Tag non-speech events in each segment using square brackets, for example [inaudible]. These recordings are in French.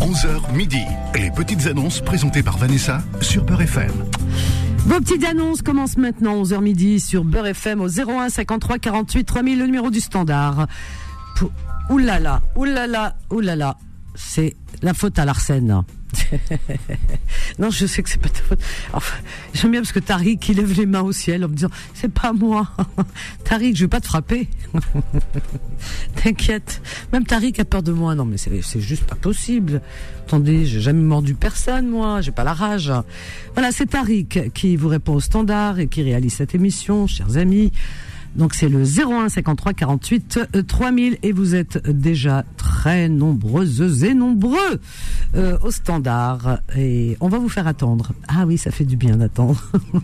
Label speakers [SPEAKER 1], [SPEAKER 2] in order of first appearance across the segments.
[SPEAKER 1] 11h midi. Les petites annonces présentées par Vanessa sur Peur FM.
[SPEAKER 2] Vos petites annonces commencent maintenant 11h midi sur Beurre FM au 01 53 48 3000, le numéro du standard. Pou- Oulala, oulala, oulala. C'est la faute à l'Arsène. [laughs] non, je sais que c'est pas ta faute. Enfin, J'aime bien parce que Tariq, il lève les mains au ciel en me disant C'est pas moi. [laughs] Tariq, je vais pas te frapper. [laughs] T'inquiète. Même Tariq a peur de moi. Non, mais c'est c'est juste pas possible. Attendez, j'ai jamais mordu personne, moi. J'ai pas la rage. Voilà, c'est Tariq qui vous répond au standard et qui réalise cette émission, chers amis. Donc c'est le 01 53 48 3000 euh, et vous êtes déjà très nombreuses et nombreux euh, au standard et on va vous faire attendre. Ah oui, ça fait du bien d'attendre. [laughs]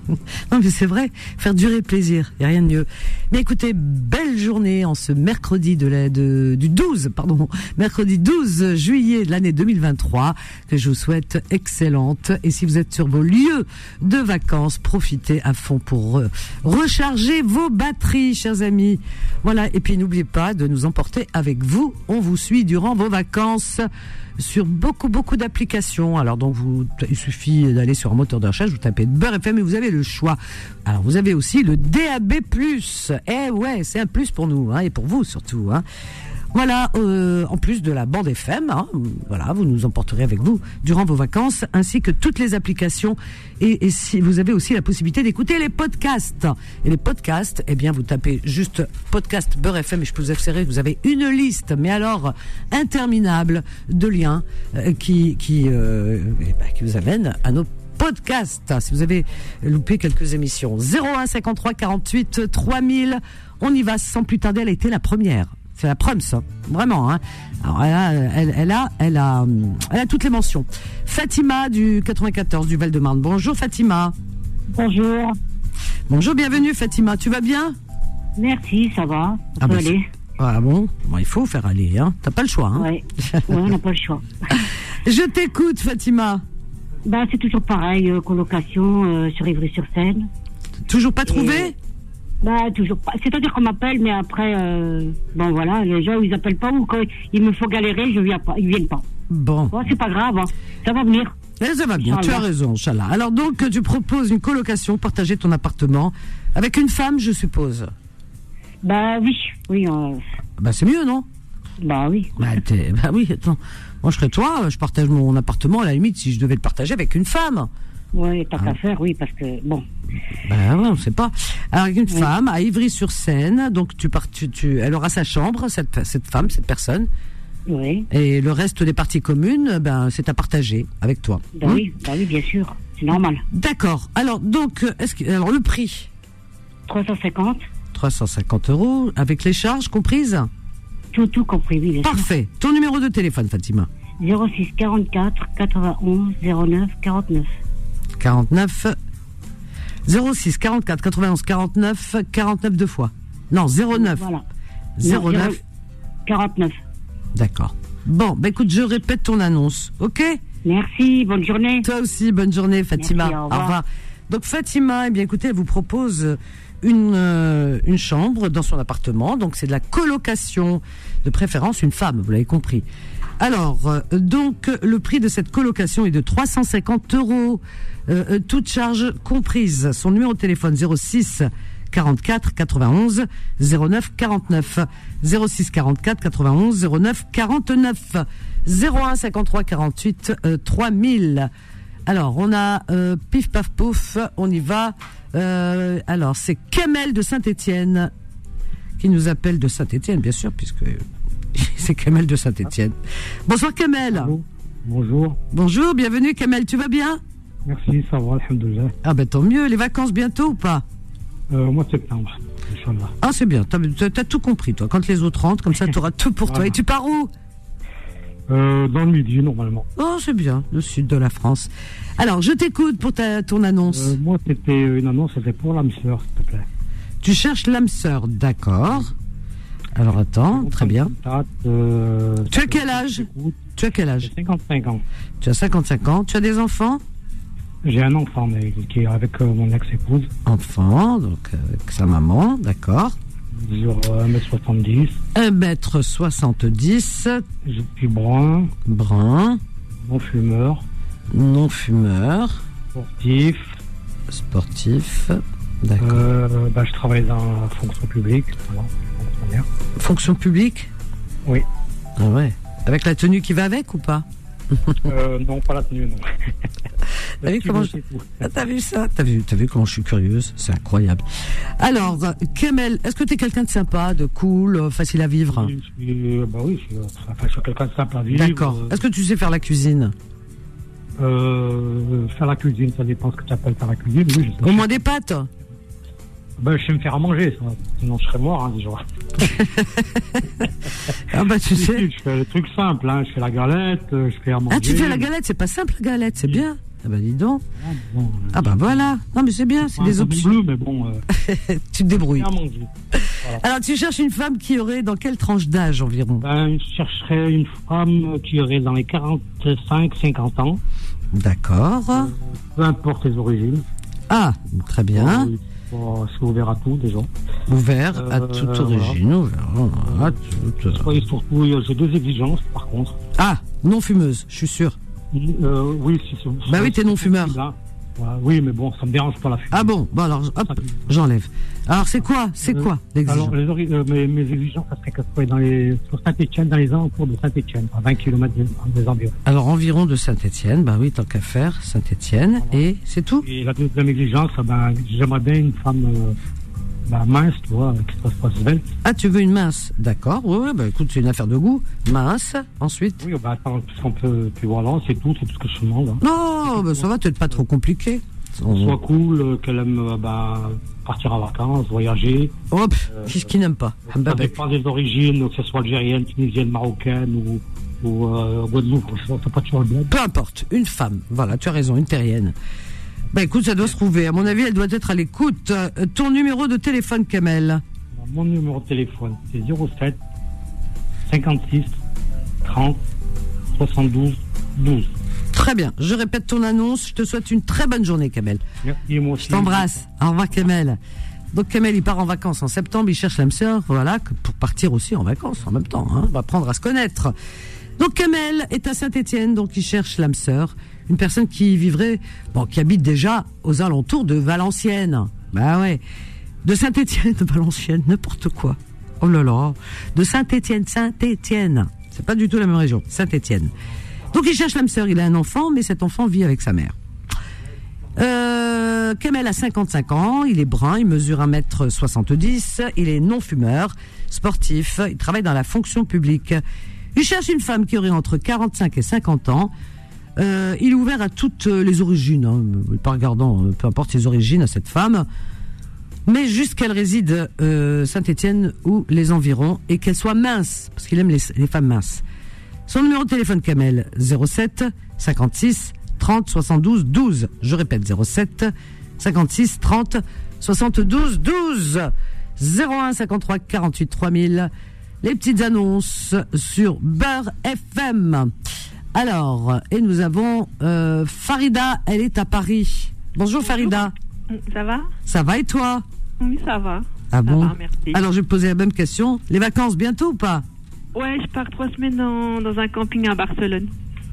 [SPEAKER 2] non mais c'est vrai, faire durer le plaisir, il y a rien de mieux. Mais écoutez, belle journée en ce mercredi de la, de, du 12 pardon, mercredi 12 juillet de l'année 2023 que je vous souhaite excellente et si vous êtes sur vos lieux de vacances, profitez à fond pour euh, recharger vos batteries chers amis. Voilà et puis n'oubliez pas de nous emporter avec vous, on vous suit durant vos vacances sur beaucoup beaucoup d'applications. Alors donc vous, il suffit d'aller sur un moteur de recherche, vous tapez Beurre FM et vous avez le choix. Alors vous avez aussi le DAB+. Eh ouais, c'est un plus pour nous hein, et pour vous surtout. Hein. Voilà, euh, en plus de la bande FM, hein, voilà, vous nous emporterez avec vous durant vos vacances, ainsi que toutes les applications. Et, et si vous avez aussi la possibilité d'écouter les podcasts. Et les podcasts, eh bien, vous tapez juste podcast Beurre FM et je peux vous assurer que vous avez une liste, mais alors interminable, de liens euh, qui qui euh, eh ben, qui vous amène à nos podcasts. Si vous avez loupé quelques émissions, 01 53 48 3000. On y va sans plus tarder. Elle a été la première. C'est la preuve, ça. Vraiment, hein. Alors, elle a, elle, elle a, elle a, hum, elle a toutes les mentions. Fatima du 94 du Val-de-Marne. Bonjour, Fatima.
[SPEAKER 3] Bonjour.
[SPEAKER 2] Bonjour, bienvenue, Fatima. Tu vas bien?
[SPEAKER 3] Merci, ça va. On
[SPEAKER 2] Ah
[SPEAKER 3] peut
[SPEAKER 2] bah,
[SPEAKER 3] aller.
[SPEAKER 2] Ah bon? Bon, il faut faire aller, hein. T'as pas le choix, hein.
[SPEAKER 3] Ouais. Ouais, on n'a pas le choix.
[SPEAKER 2] [laughs] Je t'écoute, Fatima.
[SPEAKER 3] Bah, c'est toujours pareil, euh, colocation euh, sur Ivry-sur-Seine.
[SPEAKER 2] Toujours pas trouvé?
[SPEAKER 3] Bah, toujours pas. C'est-à-dire qu'on m'appelle, mais après, euh, bon voilà, les gens, ils appellent pas ou quand il me faut galérer, je viens pas, ils viennent pas.
[SPEAKER 2] Bon.
[SPEAKER 3] Bon, c'est pas grave, hein. ça va venir.
[SPEAKER 2] Eh, ça va bien, tu as
[SPEAKER 3] Inch'Allah.
[SPEAKER 2] raison, Inch'Allah. Alors donc, tu proposes une colocation, partager ton appartement avec une femme, je suppose.
[SPEAKER 3] Bah oui, oui, euh,
[SPEAKER 2] Bah c'est mieux, non
[SPEAKER 3] bah oui.
[SPEAKER 2] bah, t'es- bah oui, attends. Moi, je serais toi, je partage mon appartement, à la limite, si je devais le partager avec une femme.
[SPEAKER 3] Ouais, tant qu'à faire, oui, parce que bon.
[SPEAKER 2] Hein Ben ouais, on sait pas. Alors, avec une femme à Ivry-sur-Seine, donc tu pars, tu, tu- elle aura sa chambre, cette, cette femme, cette personne,
[SPEAKER 3] Oui,
[SPEAKER 2] et le reste des parties communes, ben c'est à partager avec toi.
[SPEAKER 3] bah
[SPEAKER 2] Hein
[SPEAKER 3] oui, bah oui, bien sûr, c'est normal.
[SPEAKER 2] D'accord. Alors donc, euh, est-ce que, alors le prix
[SPEAKER 3] 350,
[SPEAKER 2] 350 euros avec les charges comprises.
[SPEAKER 3] tout, tout compris, oui, bien sûr.
[SPEAKER 2] Parfait. Ton numéro de téléphone, Fatima.
[SPEAKER 3] 06 44 91 09 49.
[SPEAKER 2] 49 06 44 91 49 49 deux fois. Non 09
[SPEAKER 3] Voilà.
[SPEAKER 2] 09.
[SPEAKER 3] 49.
[SPEAKER 2] D'accord. Bon, ben écoute, je répète ton annonce, ok
[SPEAKER 3] Merci, bonne journée.
[SPEAKER 2] Toi aussi, bonne journée, Fatima.
[SPEAKER 3] Merci, au revoir.
[SPEAKER 2] Donc, Fatima, eh bien, écoutez, elle vous propose une, euh, une chambre dans son appartement. Donc, c'est de la colocation, de préférence une femme, vous l'avez compris. Alors, euh, donc, euh, le prix de cette colocation est de 350 euros, euh, euh, toute charge comprise. Son numéro de téléphone 06 44 91 09 49 06 44 91 09 49 01 53 48 euh, 3000 alors, on a euh, pif paf pouf, on y va. Euh, alors, c'est Kamel de Saint-Étienne qui nous appelle de Saint-Étienne, bien sûr, puisque [laughs] c'est Kamel de Saint-Étienne. Bonsoir Kamel.
[SPEAKER 4] Allô Bonjour,
[SPEAKER 2] Bonjour, bienvenue Kamel, tu vas bien
[SPEAKER 4] merci, ça va, alhamdoulilah.
[SPEAKER 2] Ah ben tant mieux, les vacances bientôt ou pas
[SPEAKER 4] Euh, au mois de septembre, Inch'Allah.
[SPEAKER 2] Ah c'est bien, t'as t'as tout compris toi. Quand les autres rentrent,
[SPEAKER 4] [laughs]
[SPEAKER 2] comme ça t'auras tout pour toi.
[SPEAKER 4] Voilà.
[SPEAKER 2] Et tu pars où
[SPEAKER 4] Euh, dans le midi, normalement.
[SPEAKER 2] Oh c'est bien, le sud de la France. Alors, je t'écoute pour ta, ton annonce.
[SPEAKER 4] Euh, moi, c'était une annonce, c'était pour l'âme sœur, s'il te plaît.
[SPEAKER 2] Tu cherches l'âme sœur, d'accord. Alors attends, très bien.
[SPEAKER 4] Euh,
[SPEAKER 2] Tu as quel âge
[SPEAKER 4] j'écoute,
[SPEAKER 2] Tu as quel âge
[SPEAKER 4] J'ai 55 ans.
[SPEAKER 2] Tu as 55 ans, tu as des enfants
[SPEAKER 4] J'ai un enfant mais, qui est avec euh, mon ex-épouse,
[SPEAKER 2] Enfants, donc euh, avec sa maman, d'accord.
[SPEAKER 4] mesure euh, 1m70,
[SPEAKER 2] 1m70,
[SPEAKER 4] je suis brun,
[SPEAKER 2] brun,
[SPEAKER 4] non-fumeur,
[SPEAKER 2] Non-fumeur,
[SPEAKER 4] sportif.
[SPEAKER 2] sportif. D'accord.
[SPEAKER 4] Euh, bah, je travaille dans la fonction publique. Voilà, fonctionnaire.
[SPEAKER 2] Fonction publique
[SPEAKER 4] Oui.
[SPEAKER 2] Ah ouais. Avec la tenue qui va avec
[SPEAKER 4] [laughs]
[SPEAKER 2] ou pas
[SPEAKER 4] Euh, non, pas la tenue,
[SPEAKER 2] [laughs]
[SPEAKER 4] non.
[SPEAKER 2] T'as vu, comment je-
[SPEAKER 4] C'est tout.
[SPEAKER 2] Ah, T'as vu ça T'as vu, t'as vu comment je suis curieuse C'est incroyable. Alors, Kamel, est-ce que t'es quelqu'un de sympa, de cool, euh, facile à vivre
[SPEAKER 4] Je suis- bah oui, je suis, enfin, je suis quelqu'un de simple à vivre.
[SPEAKER 2] D'accord.
[SPEAKER 4] Euh,
[SPEAKER 2] Est-ce que tu sais faire la cuisine
[SPEAKER 4] euh, faire la cuisine, ça dépend ce que tu appelles faire la cuisine. Oui, je sais.
[SPEAKER 2] Au moins des pâtes
[SPEAKER 4] Bah, je sais me faire à manger, ça. sinon je serais mort hein, déjà.
[SPEAKER 2] Ah bah tu sais.
[SPEAKER 4] Je fais le truc simple, hein. je fais la galette, euh, je fais à manger.
[SPEAKER 2] Ah tu fais la galette, c'est pas simple la galette, c'est bien. Ah bah dis donc.
[SPEAKER 4] Bon,
[SPEAKER 2] Ah bah voilà. Non mais c'est bien, c'est des options.
[SPEAKER 4] Bleu, mais bon, euh,
[SPEAKER 2] [laughs] Tu te débrouilles.
[SPEAKER 4] bien à manger.
[SPEAKER 2] Alors tu cherches une femme qui aurait dans quelle tranche d'âge environ
[SPEAKER 4] Ben, je chercherais une femme qui aurait dans les 45-50 ans,
[SPEAKER 2] D'accord.
[SPEAKER 4] peu importe les origines.
[SPEAKER 2] Ah, très bien.
[SPEAKER 4] Euh, bon, c'est ouvert à tout déjà.
[SPEAKER 2] Ouvert à
[SPEAKER 4] euh,
[SPEAKER 2] toute
[SPEAKER 4] voilà.
[SPEAKER 2] origine. Ouvert à toute...
[SPEAKER 4] Soyez surtout, euh, j'ai deux exigences par contre.
[SPEAKER 2] Ah, non fumeuse, je suis sûr.
[SPEAKER 4] Euh, oui, si c'est.
[SPEAKER 2] Bah oui, t'es non-fumeur.
[SPEAKER 4] Là. Ouais, oui, mais bon, ça me dérange pas la fumée.
[SPEAKER 2] Ah bon, bon alors hop, j'enlève. Alors c'est quoi C'est
[SPEAKER 4] Euh,
[SPEAKER 2] quoi l'exigence
[SPEAKER 4] Alors, les ori- euh, mes, mes exigences, ça serait que ce soit dans les, sur Saint-Etienne, dans les alentours de Saint-Etienne, à 20 km des, des environs.
[SPEAKER 2] Alors environ de Saint-Étienne, bah oui, tant qu'à faire, Saint-Étienne et c'est tout.
[SPEAKER 4] Et la deuxième exigence, ah ben, j'aimerais bien une femme euh, ben, mince, tu vois, qui soit pas svelte.
[SPEAKER 2] Ah, tu veux une mince D'accord. Ouais, ouais, bah écoute, c'est une affaire de goût. Mince. Ensuite.
[SPEAKER 4] Oui, ben, attends, parce qu'on peut, puis voilà, c'est tout, c'est tout ce que je demande. hein.
[SPEAKER 2] Non, bah, ça va, peut-être pas trop compliqué.
[SPEAKER 4] Soit cool, euh, qu'elle aime euh, ben, partir en vacances, voyager.
[SPEAKER 2] Hop, qu'est-ce qui n'aime pas Ah, bah,
[SPEAKER 4] Ça
[SPEAKER 2] bah,
[SPEAKER 4] dépend des origines, que ce soit algérienne, tunisienne, marocaine ou, ou euh, Guadeloupe, ça ça pas toujours le bled.
[SPEAKER 2] Peu importe, une femme. Voilà, tu as raison, une terrienne. Bah écoute, ça doit se trouver. À mon avis, elle doit être à l'écoute. Euh, ton numéro de téléphone, Kamel
[SPEAKER 4] Mon numéro de téléphone, c'est 07 56 30 72 12.
[SPEAKER 2] Très bien. Je répète ton annonce. Je te souhaite une très bonne journée, Kamel.
[SPEAKER 4] Merci, moi aussi.
[SPEAKER 2] Je t'embrasse. Au revoir, Kamel. Donc, Kamel, il part en vacances en septembre. Il cherche l'âme sœur, voilà, que- pour partir aussi en vacances en même temps. Hein. On va apprendre à se connaître. Donc, Kamel est à Saint-Étienne, donc il cherche l'âme sœur. Une personne qui vivrait, bon, qui habite déjà aux alentours de Valenciennes. Bah ouais. De Saint-Étienne, de Valenciennes, n'importe quoi. Oh là là. De Saint-Étienne, Saint-Étienne. C'est pas du tout la même région. Saint-Étienne. Donc, il cherche l'âme sœur. Il a un enfant, mais cet enfant vit avec sa mère. Euh, Kamel a 55 ans, il est brun, il mesure 1m70, il est non-fumeur, sportif, il travaille dans la fonction publique. Il cherche une femme qui aurait entre 45 et 50 ans. Euh, il est ouvert à toutes les origines, hein, pas regardant, euh, peu importe ses origines à cette femme, mais juste qu'elle réside euh, Saint-Étienne ou les environs et qu'elle soit mince, parce qu'il aime les- les femmes minces. Son numéro de téléphone Kamel 07 56 30 72 12. Je répète 07 56 30 72 12. 01 53 48 3000. Les petites annonces sur Beurre FM. Alors, et nous avons euh, Farida, elle est à Paris. Bonjour Farida,
[SPEAKER 5] Ça va
[SPEAKER 2] ça va et toi
[SPEAKER 5] Oui, ça va.
[SPEAKER 2] Ah bon
[SPEAKER 5] va, merci.
[SPEAKER 2] Alors je vais te poser la même question. Les vacances bientôt ou pas
[SPEAKER 5] Ouais, je pars trois semaines en- dans un camping à
[SPEAKER 2] [laughs]
[SPEAKER 5] Barcelone,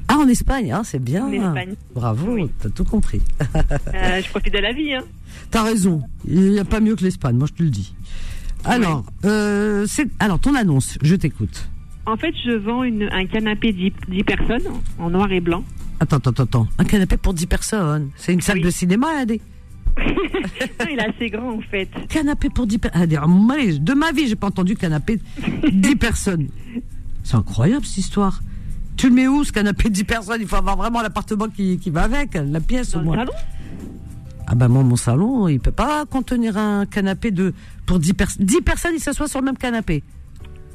[SPEAKER 2] Ah en Espagne, ah, c'est bien.
[SPEAKER 5] en Espagne.
[SPEAKER 2] Bravo,
[SPEAKER 5] Oui.
[SPEAKER 2] t'as tout compris. [laughs]
[SPEAKER 5] Euh, je profite de la vie. Hein.
[SPEAKER 2] T'as raison, il n'y a pas mieux que l'Espagne, moi je te le dis. Alors, euh, c'est- alors ton annonce, je t'écoute.
[SPEAKER 5] En fait, je vends une, un canapé 10, personnes en noir et blanc.
[SPEAKER 2] Attends, attends, attends, attends. Un canapé pour 10 personnes. C'est une salle
[SPEAKER 5] Oui.
[SPEAKER 2] de cinéma, là, des
[SPEAKER 5] [laughs] Non, il est assez grand en fait.
[SPEAKER 2] canapés pour 10 personnes. oh, De ma vie, j'ai pas entendu canapé 10 personnes. C'est incroyable, cette histoire. Tu le mets où, ce canapé 10 personnes Il faut avoir vraiment l'appartement qui, qui va avec, hein, la pièce
[SPEAKER 5] Dans
[SPEAKER 2] au
[SPEAKER 5] le
[SPEAKER 2] moins.
[SPEAKER 5] salon
[SPEAKER 2] Ah ben moi, mon salon, il peut pas contenir un canapé de pour 10 personnes. 10 personnes, ils s'assoient sur le même canapé.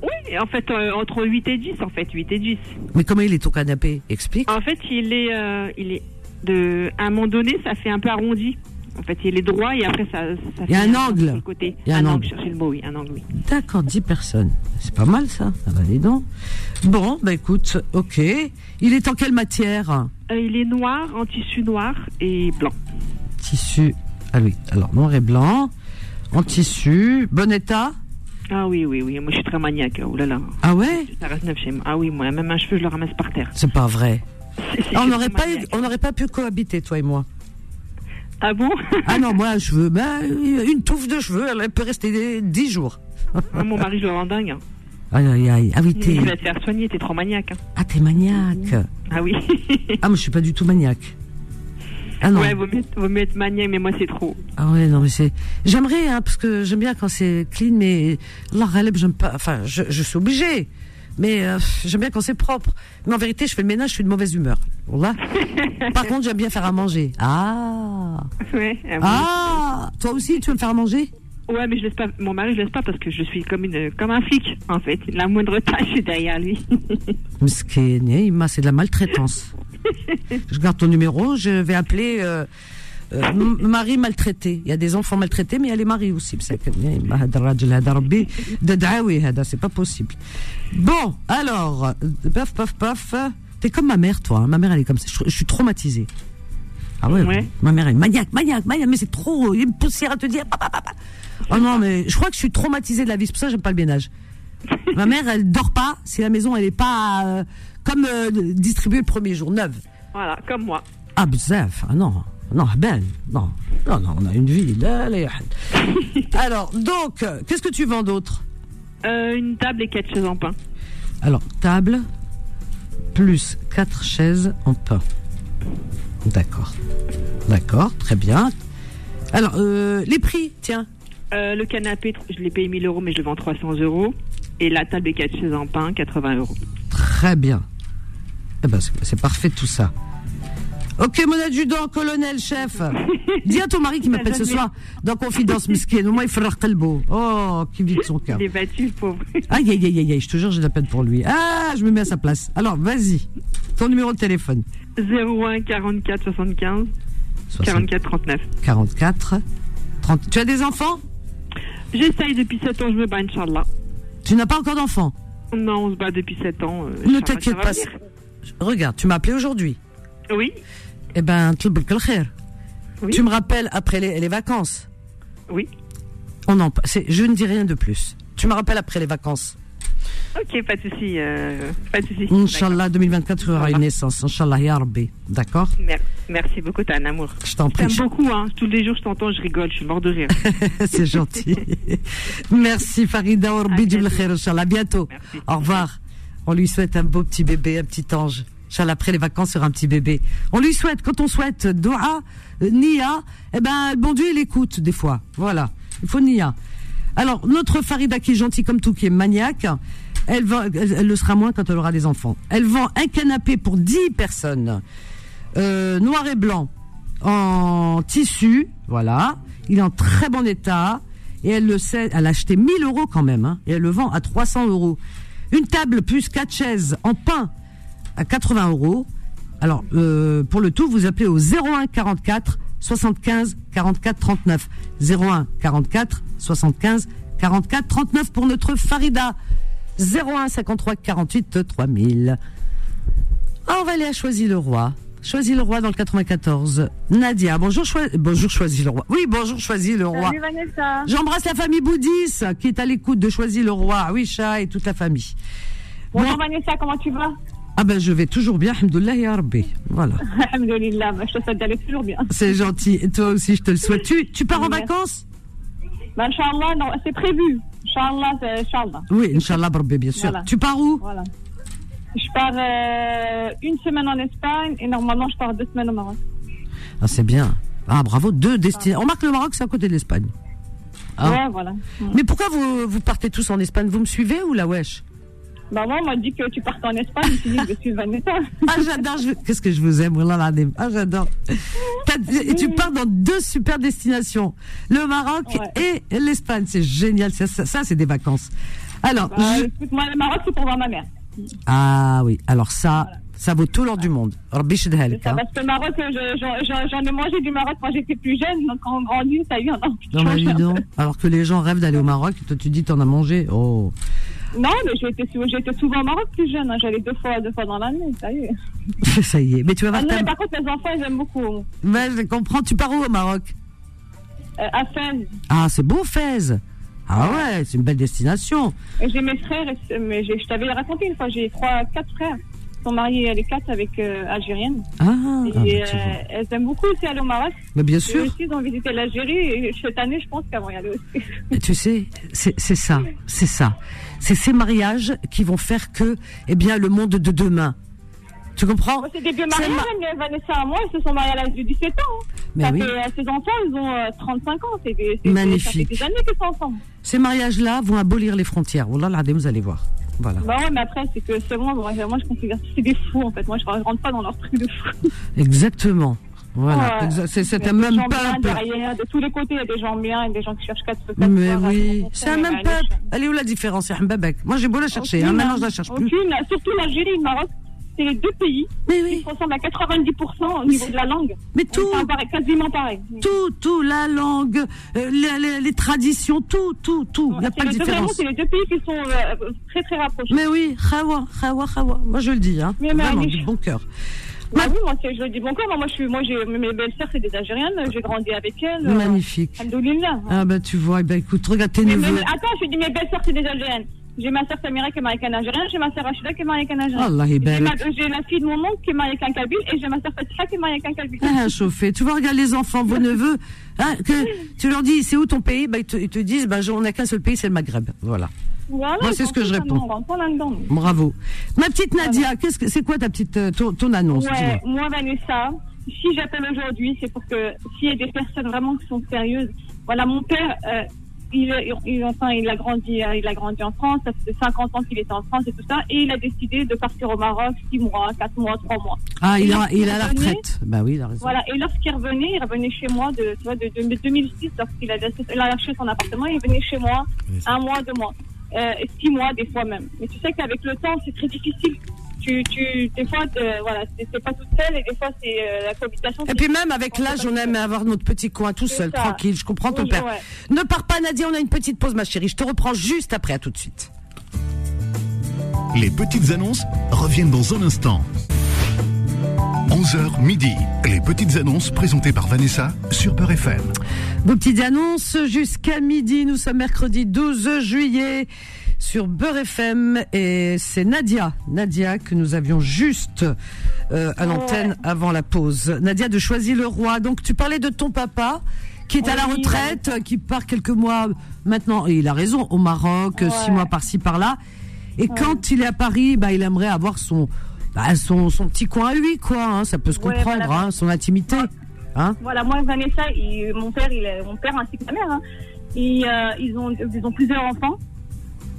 [SPEAKER 5] Oui, en fait, euh, entre 8 et 10, en fait, 8 et 10.
[SPEAKER 2] Mais comment il est ton canapé Explique.
[SPEAKER 5] En fait, il est, euh, il est de, à un moment donné, ça fait un peu arrondi. En fait, il est droit et après, ça, ça
[SPEAKER 2] Il y a
[SPEAKER 5] fait
[SPEAKER 2] un
[SPEAKER 5] arc
[SPEAKER 2] angle.
[SPEAKER 5] Sur le côté.
[SPEAKER 2] Il y a un angle.
[SPEAKER 5] cherchez le mot, oui, un angle, oui.
[SPEAKER 2] D'accord, 10 personnes. C'est pas mal ça. Ah bah dis donc. Bon, bah écoute, ok. Il est en quelle matière
[SPEAKER 5] Euh, il est noir, en tissu noir et blanc.
[SPEAKER 2] Tissu. Ah oui, alors noir et blanc. En tissu. Bon état
[SPEAKER 5] Ah oui, oui, oui, moi je suis très maniaque, oh là là.
[SPEAKER 2] Ah ouais
[SPEAKER 5] Ça reste neuf chez moi. Ah oui, moi, même un cheveu, je le ramasse par terre.
[SPEAKER 2] C'est pas vrai.
[SPEAKER 5] C'est- c'est
[SPEAKER 2] [laughs] On n'aurait pas,
[SPEAKER 5] maniaque.
[SPEAKER 2] on n'aurait pas pu cohabiter, toi et moi.
[SPEAKER 5] Ah bon
[SPEAKER 2] [laughs] Ah non, moi, un cheveu, ben, une touffe de cheveux, elle peut rester 10 jours.
[SPEAKER 5] Ah, Mon mari, je le rends dingue. hein.
[SPEAKER 2] Aïe, aïe, aïe. Ah
[SPEAKER 5] [laughs]
[SPEAKER 2] oui, t'es,
[SPEAKER 5] Il va te faire soigner, t'es trop maniaque. hein.
[SPEAKER 2] ah,
[SPEAKER 5] [laughs]
[SPEAKER 2] t'es maniaque.
[SPEAKER 5] Ah oui.
[SPEAKER 2] Ah, moi, je suis pas du tout maniaque. Ah non.
[SPEAKER 5] ouais, vaut mieux, vaut mieux être maniaque, mais moi, c'est trop. [laughs]
[SPEAKER 2] Ah ouais, non, mais c'est. J'aimerais, hein, parce que j'aime bien quand c'est clean, mais la relève, j'aime pas. Enfin, je, je suis obligée. Mais euh, j'aime bien quand c'est propre. Mais en vérité, je fais le ménage, je suis de mauvaise humeur. Voilà. Par contre, j'aime bien faire à manger. Ah
[SPEAKER 5] Ouais, ah oui.
[SPEAKER 2] Ah Toi aussi, tu veux me faire à manger
[SPEAKER 5] Ouais, mais je laisse pas mon mari, je laisse pas parce que je suis comme une comme un flic en fait. La moindre tâche est derrière lui. [laughs]
[SPEAKER 2] Mskine, eh, Ima, c'est de la maltraitance. je garde ton numéro, je vais appeler euh, euh, m- Marie maltraitée. Il y a des enfants maltraités, mais il y a les maris aussi. Mskine, Ima, هذا الراجل هذا ربي ددعاوي هذا، C'est pas possible. Bon, alors, euh, paf, paf, paf. euh, T'es comme ma mère, toi. hein. Ma mère, elle est comme ça. Je, je suis traumatisée. Ah ouais,
[SPEAKER 5] Ouais.
[SPEAKER 2] Ma mère, elle est maniaque, maniaque, maniaque, mais c'est trop. Il y a une poussière à te dire. pa, pa, pa, pa. Oh non, mais je crois que je suis traumatisée de la vie. C'est pour ça que j'aime pas le ménage.
[SPEAKER 5] [laughs]
[SPEAKER 2] Ma mère, elle dort pas si la maison elle est pas euh, comme euh, distribuée le premier jour, neuve.
[SPEAKER 5] Voilà, comme moi.
[SPEAKER 2] Ah bzaf, ah non, non ben, non, non non, on a une vie. là, là,
[SPEAKER 5] [laughs]
[SPEAKER 2] là. Alors donc, euh, qu'est-ce que tu vends d'autre
[SPEAKER 5] Euh, une table et quatre chaises en pain.
[SPEAKER 2] Alors table plus quatre chaises en pain. D'accord, d'accord, très bien. Alors euh, les prix, tiens.
[SPEAKER 5] Euh, le canapé, tr- je l'ai payé 1000 euros, mais je le vends 300 euros. Et la table et quatre chaises en pain, 80 euros.
[SPEAKER 2] Très bien. Eh ben, c'est- c'est parfait tout ça. Ok, mon adjudant, colonel,
[SPEAKER 5] [laughs]
[SPEAKER 2] chef. Dis à ton mari qui m'appelle ce soir dans Confidence Miskine. Au moins, il fera beau. Oh, qui vide son cœur.
[SPEAKER 5] Il est battu, le pauvre.
[SPEAKER 2] Aïe, aïe, aïe, aïe, aïe, je te jure, j'ai de la peine pour lui. Ah, je me mets à sa place. Alors, vas-y. Ton numéro de téléphone
[SPEAKER 5] 01 44 75
[SPEAKER 2] 60
[SPEAKER 5] 44 39.
[SPEAKER 2] 44 30. Tu as des enfants
[SPEAKER 5] J'essaye depuis 7 ans, je me bats, Inch'Allah.
[SPEAKER 2] Tu n'as pas encore d'enfants
[SPEAKER 5] Non, on se bat depuis 7 ans. euh,
[SPEAKER 2] Ne
[SPEAKER 5] Inch'Allah, ça
[SPEAKER 2] t'inquiète
[SPEAKER 5] va
[SPEAKER 2] pas.
[SPEAKER 5] venir.
[SPEAKER 2] Regarde, tu m'as appelé aujourd'hui.
[SPEAKER 5] Oui,
[SPEAKER 2] Eh ben, tlbel kol khair.
[SPEAKER 5] Oui.
[SPEAKER 2] tu me rappelles après les- les vacances.
[SPEAKER 5] oui.
[SPEAKER 2] On en, c'est, je ne dis rien de plus. Tu me rappelles après les vacances.
[SPEAKER 5] Ok, pas de souci. euh, pas de souci.
[SPEAKER 2] Inch'Allah, 2024, il y aura
[SPEAKER 5] Inch'Allah.
[SPEAKER 2] une naissance. Inch'Allah, ya Rabbi. D'accord
[SPEAKER 5] D'accord. Mer- Merci beaucoup, t'es un amour.
[SPEAKER 2] Je t'en prie.
[SPEAKER 5] T'aimes beaucoup, hein. Tous les jours, je t'entends, je rigole, je suis mort de rire.
[SPEAKER 2] [laughs] c'est gentil. Merci, Farida Orbi,
[SPEAKER 5] À
[SPEAKER 2] du
[SPEAKER 5] bientôt.
[SPEAKER 2] Khair, Inch'Allah. À bientôt.
[SPEAKER 5] Merci.
[SPEAKER 2] Au revoir. On lui souhaite un beau petit bébé, un petit ange. Inch'Allah, après les vacances, sur un petit bébé. On lui souhaite, quand on souhaite, euh, Doha, euh, Nia, eh ben, le bon Dieu, il écoute, des fois. Voilà. Il faut Nia. Alors, notre Farida, qui est gentille comme tout, qui est maniaque, elle, va, elle, elle le sera moins quand elle aura des enfants. Elle vend un canapé pour 10 personnes, euh, noir et blanc, en tissu, voilà. Il est en très bon état. Et elle le sait, elle a acheté 1000 euros quand même, hein, et elle le vend à 300 euros. Une table plus quatre chaises en pain à 80 euros. Alors, euh, pour le tout, vous appelez au 01 44 75 44 39. 01 44 75 44 39 pour notre Farida. 01 53 48 3000. Ah, on va aller à Choisy le Roi. Choisy le Roi dans le 94. Nadia, bonjour, Choi- bonjour Choisy le Roi. Oui, bonjour Choisy le Roi.
[SPEAKER 6] Salut Vanessa.
[SPEAKER 2] J'embrasse la famille Bouddhis qui est à l'écoute de Choisy le Roi, Awisha et toute la famille.
[SPEAKER 6] Bonjour
[SPEAKER 2] Bon.
[SPEAKER 6] Vanessa, comment tu vas
[SPEAKER 2] Ah ben je vais toujours bien, Alhamdoulilah ya Rabbi.
[SPEAKER 6] [laughs]
[SPEAKER 2] Voilà,
[SPEAKER 6] Alhamdulillah, bah, je te souhaite d'aller toujours bien.
[SPEAKER 2] c'est gentil. Et toi aussi, je te le souhaite. Tu, tu pars en
[SPEAKER 6] Merci.
[SPEAKER 2] vacances
[SPEAKER 6] Ben, Inch'Allah, non, c'est prévu. Inch'Allah, c'est- Inch'Allah.
[SPEAKER 2] Oui, Inch'Allah, Rabbi, bien sûr.
[SPEAKER 6] Voilà.
[SPEAKER 2] Tu pars où
[SPEAKER 6] Voilà. Je pars euh, une semaine en Espagne et normalement je pars deux semaines au Maroc.
[SPEAKER 2] Ah, c'est bien. Ah, bravo, deux destinations. On marque le Maroc, c'est à côté de l'Espagne. Ah.
[SPEAKER 6] Ouais, voilà. Mm.
[SPEAKER 2] Mais pourquoi vous, vous partez tous en Espagne Vous me suivez ou la wesh
[SPEAKER 6] Ben, moi, on m'a dit que tu partais en Espagne, je me suis dit, je suis Vanessa.
[SPEAKER 2] [laughs] Ah, j'adore. je- Qu'est-ce que je vous aime. wallah l'azim. Ah, j'adore. T'as- et Tu pars dans deux super destinations. Le Maroc et l'Espagne. C'est génial. Ça, ça- ça, c'est des vacances. Alors,
[SPEAKER 6] Ben,
[SPEAKER 2] je-
[SPEAKER 6] écoute, moi, le Maroc, c'est pour voir ma mère.
[SPEAKER 2] ah oui. Alors ça, ça vaut tout l'or du monde. Rabbi shedhalek,
[SPEAKER 6] Ça,
[SPEAKER 2] hein.
[SPEAKER 6] parce que le Maroc, euh, je- je- je- j'en ai mangé du Maroc quand j'étais plus jeune, donc en grandit, ça y est, on a envie de [laughs]
[SPEAKER 2] Non, mais
[SPEAKER 6] changer.
[SPEAKER 2] dis donc. Alors que les gens rêvent d'aller au Maroc, toi tu dis t'en as mangé. Oh. [laughs]
[SPEAKER 6] Non, mais j'étais sou- j'étais souvent au Maroc plus jeune, hein. j'allais deux fois, deux fois dans l'année, ça y est.
[SPEAKER 2] ça y est. Mais tu vas
[SPEAKER 6] Ah
[SPEAKER 2] voir
[SPEAKER 6] non,
[SPEAKER 2] ta...
[SPEAKER 6] mais par contre, mes enfants, ils aiment beaucoup.
[SPEAKER 2] Ouais, je comprends. Tu pars où au Maroc
[SPEAKER 6] Euh, à Fès,
[SPEAKER 2] Ah, c'est beau, Fès. Ah ouais, c'est une belle destination.
[SPEAKER 6] j'ai mes frères, et- mais j'ai- je t'avais raconté une fois, j'ai trois, quatre frères. sont mariées les quatre avec euh, Algériennes. Et
[SPEAKER 2] Ah, ah, bah, tu
[SPEAKER 6] euh,
[SPEAKER 2] vois.
[SPEAKER 6] elles aiment beaucoup aussi aller au Maroc.
[SPEAKER 2] Bah, bien
[SPEAKER 6] Eux
[SPEAKER 2] sûr.
[SPEAKER 6] aussi, ils ont visité l'Algérie et cette année, je pense qu'elles vont y aller aussi. [laughs]
[SPEAKER 2] Mais tu sais, c'est c'est ça, c'est ça. C'est ces mariages qui vont faire que, eh bien, le monde de demain. Tu comprends
[SPEAKER 6] Moi, Oh, c'est des vieux
[SPEAKER 2] C'est
[SPEAKER 6] mariés, même Vanessa et moi, ils se sont mariés à l'âge de 17 ans. hein.
[SPEAKER 2] Mais
[SPEAKER 6] Ça
[SPEAKER 2] oui.
[SPEAKER 6] fait, euh, ces enfants, ils ont euh, 35 ans. C'est des, c'est-
[SPEAKER 2] Magnifique.
[SPEAKER 6] Ça fait des années qu'ils sont ensemble.
[SPEAKER 2] Ces mariages-là vont abolir les frontières. Wallah, l'adem, vous allez voir. Voilà.
[SPEAKER 6] Bah ouais, mais après, c'est que selon moi, moi, je considère que c'est des fous, en fait. Moi, je rentre pas dans leur truc de fous.
[SPEAKER 2] Exactement. Voilà.
[SPEAKER 6] Ouais.
[SPEAKER 2] Exa- c'est-
[SPEAKER 6] Il y
[SPEAKER 2] C'est
[SPEAKER 6] a
[SPEAKER 2] un
[SPEAKER 6] des
[SPEAKER 2] même
[SPEAKER 6] gens bien
[SPEAKER 2] peuple.
[SPEAKER 6] derrière, de tous les côtés, il y a des gens bien et des gens qui cherchent qu'à se faire
[SPEAKER 2] Mais
[SPEAKER 6] voir, à se
[SPEAKER 2] oui,
[SPEAKER 6] rencontrer,
[SPEAKER 2] c'est un
[SPEAKER 6] mais
[SPEAKER 2] même
[SPEAKER 6] aller
[SPEAKER 2] peuple.
[SPEAKER 6] chercher.
[SPEAKER 2] Elle est où la différence, Yahin Babak Moi, j'ai beau la chercher. hein,
[SPEAKER 6] Aucune,
[SPEAKER 2] Maintenant, je
[SPEAKER 6] hein.
[SPEAKER 2] la cherche plus.
[SPEAKER 6] Aucune, surtout l'Algérie et le Maroc. C'est les deux pays
[SPEAKER 2] Mais
[SPEAKER 6] qui
[SPEAKER 2] oui,
[SPEAKER 6] se ressemblent à 90% au niveau de la langue.
[SPEAKER 2] mais tout,
[SPEAKER 6] C'est pareil, quasiment pareil.
[SPEAKER 2] tout, tout, la langue, euh, les, les- les traditions, tout, tout, tout. Il n'y a
[SPEAKER 6] C'est
[SPEAKER 2] pas de
[SPEAKER 6] les deux- vraiment,
[SPEAKER 2] différence.
[SPEAKER 6] C'est les deux pays qui sont euh, très très rapprochés.
[SPEAKER 2] Mais oui, khawa, khawa, khawa. Moi, je le dis, hein.
[SPEAKER 6] Mais, mais,
[SPEAKER 2] Vraiment,
[SPEAKER 6] Alice-
[SPEAKER 2] du bon cœur.
[SPEAKER 6] Bah oui, moi, c'est- je le dis bon cœur. hein. Moi, je suis, moi, j'ai, mes belles-sœurs, c'est des Algériennes. J'ai grandi avec elles. euh,
[SPEAKER 2] Magnifique.
[SPEAKER 6] Alhamdoulilah.
[SPEAKER 2] Ah, bah, tu vois, eh ben, écoute, regarde tes
[SPEAKER 6] Mais
[SPEAKER 2] neveux.
[SPEAKER 6] même- attends, je dis mes belles sœurs, c'est des Algériennes. J'ai ma sœur Samira qui est mariée avec un Algérien, j'ai ma sœur Rachida qui est mariée avec un Algérien.
[SPEAKER 2] Allah, il
[SPEAKER 6] J'ai ma,
[SPEAKER 2] barak.
[SPEAKER 6] j'ai la fille de mon oncle qui est mariée avec un Kabyle et j'ai ma sœur Fatiha qui est mariée avec un Kabyle.
[SPEAKER 2] Ah, chauffé. Tu vois, regarde les
[SPEAKER 6] [laughs]
[SPEAKER 2] enfants, vos neveux. hein, que tu leur dis, c'est où ton pays bah, ils, te, ils te disent, bah, je- on n'a qu'un seul pays, c'est le Maghreb. Voilà.
[SPEAKER 6] Voilà,
[SPEAKER 2] Moi, c'est ce que je réponds.
[SPEAKER 6] On rentre pas là-dedans.
[SPEAKER 2] Bravo. Ma petite Nadia, qu'est-ce que c'est quoi ta petite euh, ton, ton annonce dis-moi.
[SPEAKER 6] Ouais, moi, Vanessa, si j'appelle aujourd'hui, c'est pour que s'il y a des personnes vraiment qui sont sérieuses. Voilà, mon père, euh, il, il- enfin, il a grandi, euh, il a grandi en France. Ça fait 50 ans qu'il était en France et tout ça, et il a décidé de partir au Maroc 6 mois, 4 mois, 3 mois.
[SPEAKER 2] Ah, il a, il a la
[SPEAKER 6] Revenez.
[SPEAKER 2] retraite. Bah oui, il a raison.
[SPEAKER 6] Voilà, et lorsqu'il revenait, il revenait chez moi de, tu vois, de, de 2006, lorsqu'il a, lâché- il a lâché son appartement, il venait chez moi un mois, deux mois, euh, six mois des fois même. Mais tu sais qu'avec le temps, c'est très difficile. Tu, tu, des fois, euh, voilà, c'est c'est pas toute seule et des fois, c'est euh, la cohabitation.
[SPEAKER 2] Et puis même avec l'âge, on aime avoir notre petit coin tout
[SPEAKER 6] C'est
[SPEAKER 2] seul,
[SPEAKER 6] ça.
[SPEAKER 2] tranquille. Je comprends ton
[SPEAKER 6] Oui,
[SPEAKER 2] père.
[SPEAKER 6] ouais.
[SPEAKER 2] Ne pars pas, Nadia, on a une petite pause, ma chérie. Je te reprends juste après, à tout de suite.
[SPEAKER 1] Les petites annonces reviennent dans un instant. 11h midi. Les petites annonces présentées par Vanessa sur Peur FM.
[SPEAKER 2] Vos petites annonces jusqu'à midi. Nous sommes mercredi 12 juillet sur Beurre FM et c'est Nadia, Nadia que nous avions juste euh, à l'antenne avant la pause. Nadia de Choisy le Roi. Donc tu parlais de ton papa qui est à la
[SPEAKER 6] Oui.
[SPEAKER 2] retraite, euh, qui part quelques mois maintenant et il a raison au Maroc, euh, six
[SPEAKER 6] Ouais.
[SPEAKER 2] mois par-ci par-là. Et quand il est à Paris, bah il aimerait avoir son bah, son, son petit coin à lui quoi. hein. ça peut se
[SPEAKER 6] Ouais,
[SPEAKER 2] comprendre,
[SPEAKER 6] voilà.
[SPEAKER 2] hein, son intimité. Hein
[SPEAKER 6] Voilà, moi, Vanessa, il- mon père, il, est- mon père ainsi que ma mère, hein, et, euh, ils, ont, ils ont plusieurs enfants.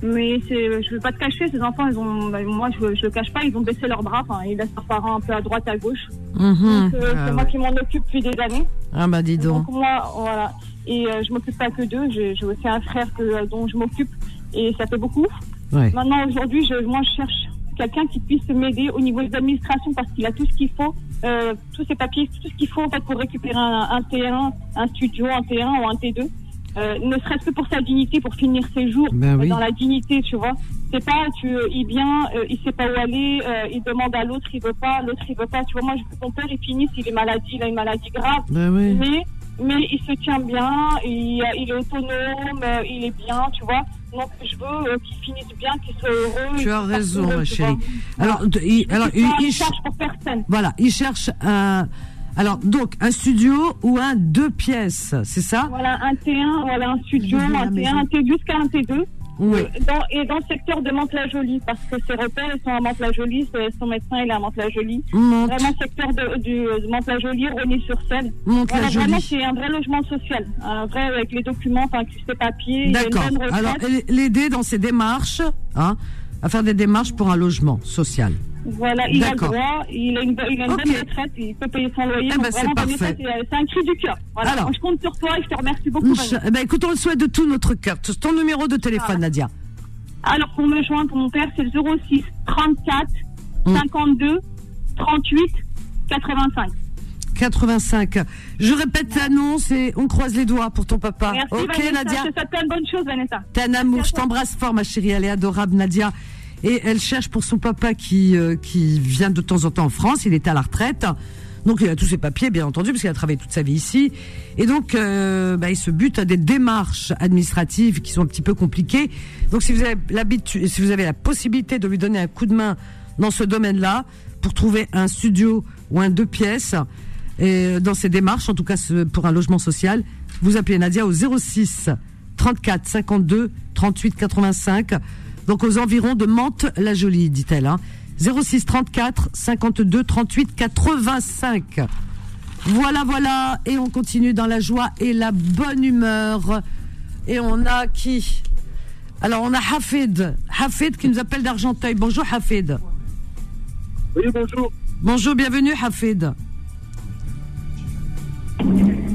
[SPEAKER 6] Mais c'est- je ne veux pas te cacher, ces enfants, ils ont, bah, moi, je ne le cache pas, ils ont baissé leurs bras. Enfin, ils laissent leurs parents un peu à droite, à gauche.
[SPEAKER 2] Mhm.
[SPEAKER 6] Donc, euh,
[SPEAKER 2] Ah
[SPEAKER 6] c'est moi
[SPEAKER 2] ouais.
[SPEAKER 6] qui m'en occupe depuis des années.
[SPEAKER 2] Ah bah dis donc.
[SPEAKER 6] Donc moi, voilà. Et euh, je m'occupe pas que d'eux. J'ai j'ai aussi un frère que, euh, dont je m'occupe. Et ça fait beaucoup.
[SPEAKER 2] Ouais.
[SPEAKER 6] Maintenant, aujourd'hui, je, moi, je cherche quelqu'un qui puisse m'aider au niveau des administrations parce qu'il a tout ce qu'il faut, euh, tous ses papiers, tout ce qu'il faut en fait pour récupérer un, un T1, un studio, un T1 ou un T2. Euh, ne serait-ce que pour sa dignité, pour finir ses jours
[SPEAKER 2] Ben
[SPEAKER 6] euh,
[SPEAKER 2] oui.
[SPEAKER 6] dans la dignité, tu vois. C'est pas, tu, il vient, euh, il sait pas où aller, euh, il demande à l'autre, il veut pas, l'autre, il veut pas. Tu vois, moi, je, mon père, il finit s'il est malade, il a une maladie grave
[SPEAKER 2] Ben oui.
[SPEAKER 6] mais, mais il se tient bien, il, euh, il est autonome, euh, il est bien, tu vois. Donc je veux euh, qu'il finisse bien, qu'il soit heureux.
[SPEAKER 2] Tu
[SPEAKER 6] qu'il
[SPEAKER 2] as
[SPEAKER 6] soit
[SPEAKER 2] raison,
[SPEAKER 6] heureux,
[SPEAKER 2] ma
[SPEAKER 6] tu
[SPEAKER 2] chérie.
[SPEAKER 6] vois.
[SPEAKER 2] Alors, de- il, alors,
[SPEAKER 6] C'est
[SPEAKER 2] il,
[SPEAKER 6] pas une
[SPEAKER 2] il ch-
[SPEAKER 6] charge pour personne.
[SPEAKER 2] voilà, il cherche un. Alors, donc, un studio ou un deux pièces, c'est ça
[SPEAKER 6] Voilà un T1, voilà un studio,
[SPEAKER 2] Je vais à la
[SPEAKER 6] un T1,
[SPEAKER 2] maison.
[SPEAKER 6] un T2 jusqu'à un T2.
[SPEAKER 2] Oui.
[SPEAKER 6] Dans, et dans le secteur de Mantes-la-Jolie, parce que ses repères ils sont à Mantes-la-Jolie, son- son médecin il est à Mantes-la-Jolie.
[SPEAKER 2] Monte,
[SPEAKER 6] Vraiment secteur de, du- de Mantes-la-Jolie, René-sur-Seine.
[SPEAKER 2] monte
[SPEAKER 6] Voilà,
[SPEAKER 2] la
[SPEAKER 6] vraiment
[SPEAKER 2] jolie.
[SPEAKER 6] c'est un vrai logement social, un vrai avec les documents, enfin avec ses papiers. il y a une
[SPEAKER 2] D'accord.
[SPEAKER 6] bonne retraite.
[SPEAKER 2] Alors, elle- l'aider dans ses démarches, hein, à faire des démarches pour un logement social.
[SPEAKER 6] Voilà, il a le
[SPEAKER 2] D'accord.
[SPEAKER 6] droit, il a une, bo- il a une
[SPEAKER 2] Ok.
[SPEAKER 6] bonne retraite, il peut payer son loyer.
[SPEAKER 2] Eh
[SPEAKER 6] donc
[SPEAKER 2] ben, c'est
[SPEAKER 6] vraiment,
[SPEAKER 2] parfait.
[SPEAKER 6] Vanessa, c'est euh, c'est un cri du cœur. Voilà,
[SPEAKER 2] Alors.
[SPEAKER 6] moi, je compte sur toi et je te remercie beaucoup.
[SPEAKER 2] Inch-
[SPEAKER 6] Vanessa.
[SPEAKER 2] eh ben, écoute, on le souhaite de tout notre cœur. Ton numéro de téléphone, Nadia.
[SPEAKER 6] Alors, pour me joindre, pour mon père, c'est le 06 34
[SPEAKER 2] Mm.
[SPEAKER 6] 52 38 85.
[SPEAKER 2] 85. Je répète l'annonce et on croise les doigts pour ton papa.
[SPEAKER 6] Merci,
[SPEAKER 2] ok,
[SPEAKER 6] Vanessa.
[SPEAKER 2] Nadia.
[SPEAKER 6] Je te souhaite plein de bonnes choses, Vanessa.
[SPEAKER 2] T'es un amour, je t'embrasse fort, ma chérie. Elle est adorable, Nadia. Et elle cherche pour son papa qui, euh, qui vient de temps en temps en France. Il est à la retraite. Donc, il a tous ses papiers, bien entendu, parce qu'il a travaillé toute sa vie ici. Et donc, euh, bah, il se bute à des démarches administratives qui sont un petit peu compliquées. Donc, si vous avez l'habitude, si vous avez la possibilité de lui donner un coup de main dans ce domaine-là pour trouver un studio ou un deux pièces. Et euh, dans ces démarches, en tout cas ce- pour un logement social, vous appelez Nadia au 06 34 52 38 85, donc aux environs de Mantes-la-Jolie, dit-elle. hein. 06 34 52 38 85. Voilà, voilà, et on continue dans la joie et la bonne humeur. Et on a qui Alors on a Hafid, Hafid qui nous appelle d'Argenteuil. Bonjour Hafid.
[SPEAKER 7] Oui, bonjour.
[SPEAKER 2] Bonjour, bienvenue Hafid.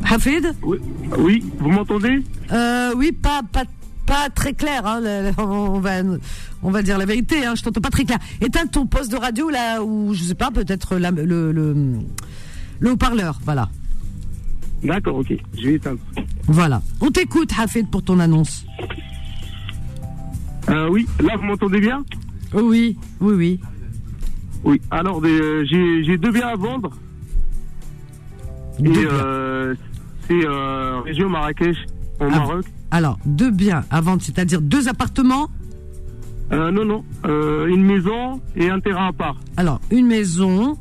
[SPEAKER 2] Hafid
[SPEAKER 7] Oui, oui, vous m'entendez
[SPEAKER 2] Euh, Oui, pas, pas, pas très clair. hein, le- le- on, va, on va dire la vérité, hein, je t'entends pas très clair. Éteins ton poste de radio là, ou je sais pas, peut-être la- le, le, le haut-parleur, voilà.
[SPEAKER 7] D'accord, ok. Je vais éteindre.
[SPEAKER 2] Voilà. On t'écoute, Hafid, pour ton annonce.
[SPEAKER 7] Euh, oui, là, vous m'entendez bien
[SPEAKER 2] Oh Oui, oui, oui.
[SPEAKER 7] Oui. Alors, euh, j'ai j'ai deux biens à vendre.
[SPEAKER 2] Deux
[SPEAKER 7] Et
[SPEAKER 2] biens.
[SPEAKER 7] euh, c'est euh, région Marrakech, au
[SPEAKER 2] Ah.
[SPEAKER 7] Maroc.
[SPEAKER 2] Alors, deux biens à vendre, c'est-à-dire deux appartements.
[SPEAKER 7] Euh, non, non. Euh, une maison et un terrain à part.
[SPEAKER 2] Alors, une maison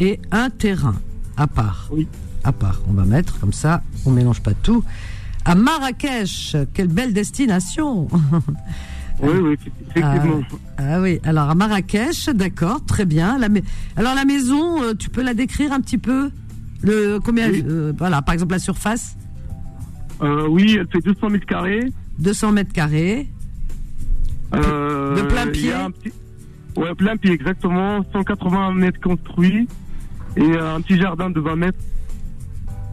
[SPEAKER 2] et un terrain à part.
[SPEAKER 7] Oui.
[SPEAKER 2] À part. On va mettre comme ça, on mélange pas tout. À Marrakech, quelle belle destination.
[SPEAKER 7] Oui, oui, effectivement.
[SPEAKER 2] ah oui, alors à Marrakech, d'accord, très bien. La mai- alors la maison, euh, tu peux la décrire un petit peu le combien
[SPEAKER 7] Oui.
[SPEAKER 2] euh, voilà, par exemple la surface,
[SPEAKER 7] Euh, oui, elle fait 200 mètres carrés.
[SPEAKER 2] 200 mètres carrés.
[SPEAKER 7] Euh,
[SPEAKER 2] de plein
[SPEAKER 7] il y
[SPEAKER 2] pied
[SPEAKER 7] a un petit- Ouais, plein pied, exactement. 180 mètres construits et euh, un petit jardin de 20 mètres.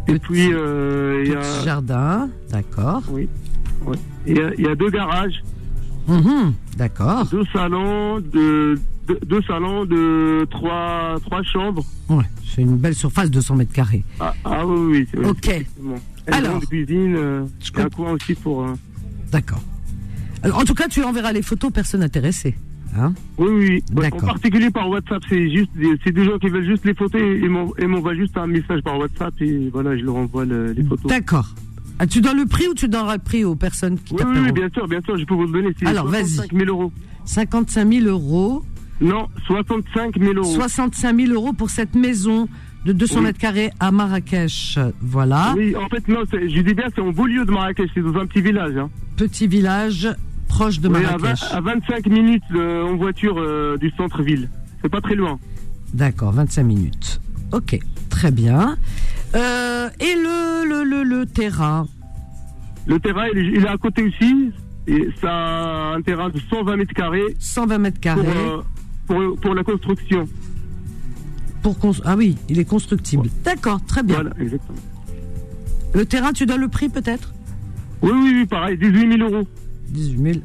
[SPEAKER 7] Et
[SPEAKER 2] Petit-
[SPEAKER 7] puis, euh, il y a-
[SPEAKER 2] Petit jardin, d'accord.
[SPEAKER 7] il y, a- il y a deux garages,
[SPEAKER 2] Mhm, d'accord.
[SPEAKER 7] deux salons, de, deux, deux salons de trois, trois chambres.
[SPEAKER 2] Ouais, c'est une belle surface, 200 mètres carrés.
[SPEAKER 7] Ah, ah oui, oui. oui,
[SPEAKER 2] Ok.
[SPEAKER 7] effectivement. Et une
[SPEAKER 2] Alors.
[SPEAKER 7] grande cuisine, euh,
[SPEAKER 2] Je
[SPEAKER 7] et un
[SPEAKER 2] comprends.
[SPEAKER 7] coin aussi pour. euh,
[SPEAKER 2] D'accord. Alors, en tout cas, tu enverras les photos aux personnes intéressées. Hein
[SPEAKER 7] Oui, oui. oui. En
[SPEAKER 2] D'accord.
[SPEAKER 7] particulier par WhatsApp, c'est juste, des- c'est des gens qui veulent juste les photos et m'en- et m'envoient juste un message par WhatsApp et voilà, je leur envoie le- les photos.
[SPEAKER 2] D'accord. Ah, tu donnes le prix ou tu donneras le prix aux personnes qui
[SPEAKER 7] Oui, oui,
[SPEAKER 2] t'appellent
[SPEAKER 7] oui, bien sûr, bien sûr, je peux vous le donner. C'est
[SPEAKER 2] Alors, vas-y.
[SPEAKER 7] 65 000 euros.
[SPEAKER 2] 55 000 euros.
[SPEAKER 7] Non, 65 000 euros.
[SPEAKER 2] 65 000 euros pour cette maison de 200
[SPEAKER 7] Oui.
[SPEAKER 2] mètres carrés à Marrakech. Voilà.
[SPEAKER 7] Oui, en fait, non, c'est- je dis bien, c'est en beau lieu de Marrakech, c'est dans un petit village. Hein.
[SPEAKER 2] Petit village proche de
[SPEAKER 7] Oui, à, vingt-
[SPEAKER 2] Marrakech.
[SPEAKER 7] à 25 minutes euh, en voiture euh, du centre-ville. C'est pas très loin.
[SPEAKER 2] D'accord, 25 minutes. Ok, très bien. Euh, et le, le, le, le terrain
[SPEAKER 7] Le terrain, il est, il est à côté aussi. Et ça a un terrain de 120 mètres carrés
[SPEAKER 2] 120 mètres
[SPEAKER 7] pour,
[SPEAKER 2] carrés.
[SPEAKER 7] euh, pour, pour la construction.
[SPEAKER 2] Pour cons- ah oui, il est constructible. D'accord, très bien.
[SPEAKER 7] Voilà, exactement.
[SPEAKER 2] Le terrain, tu donnes le prix peut-être
[SPEAKER 7] Oui, oui, oui, pareil, 18 000 euros.
[SPEAKER 2] 18 000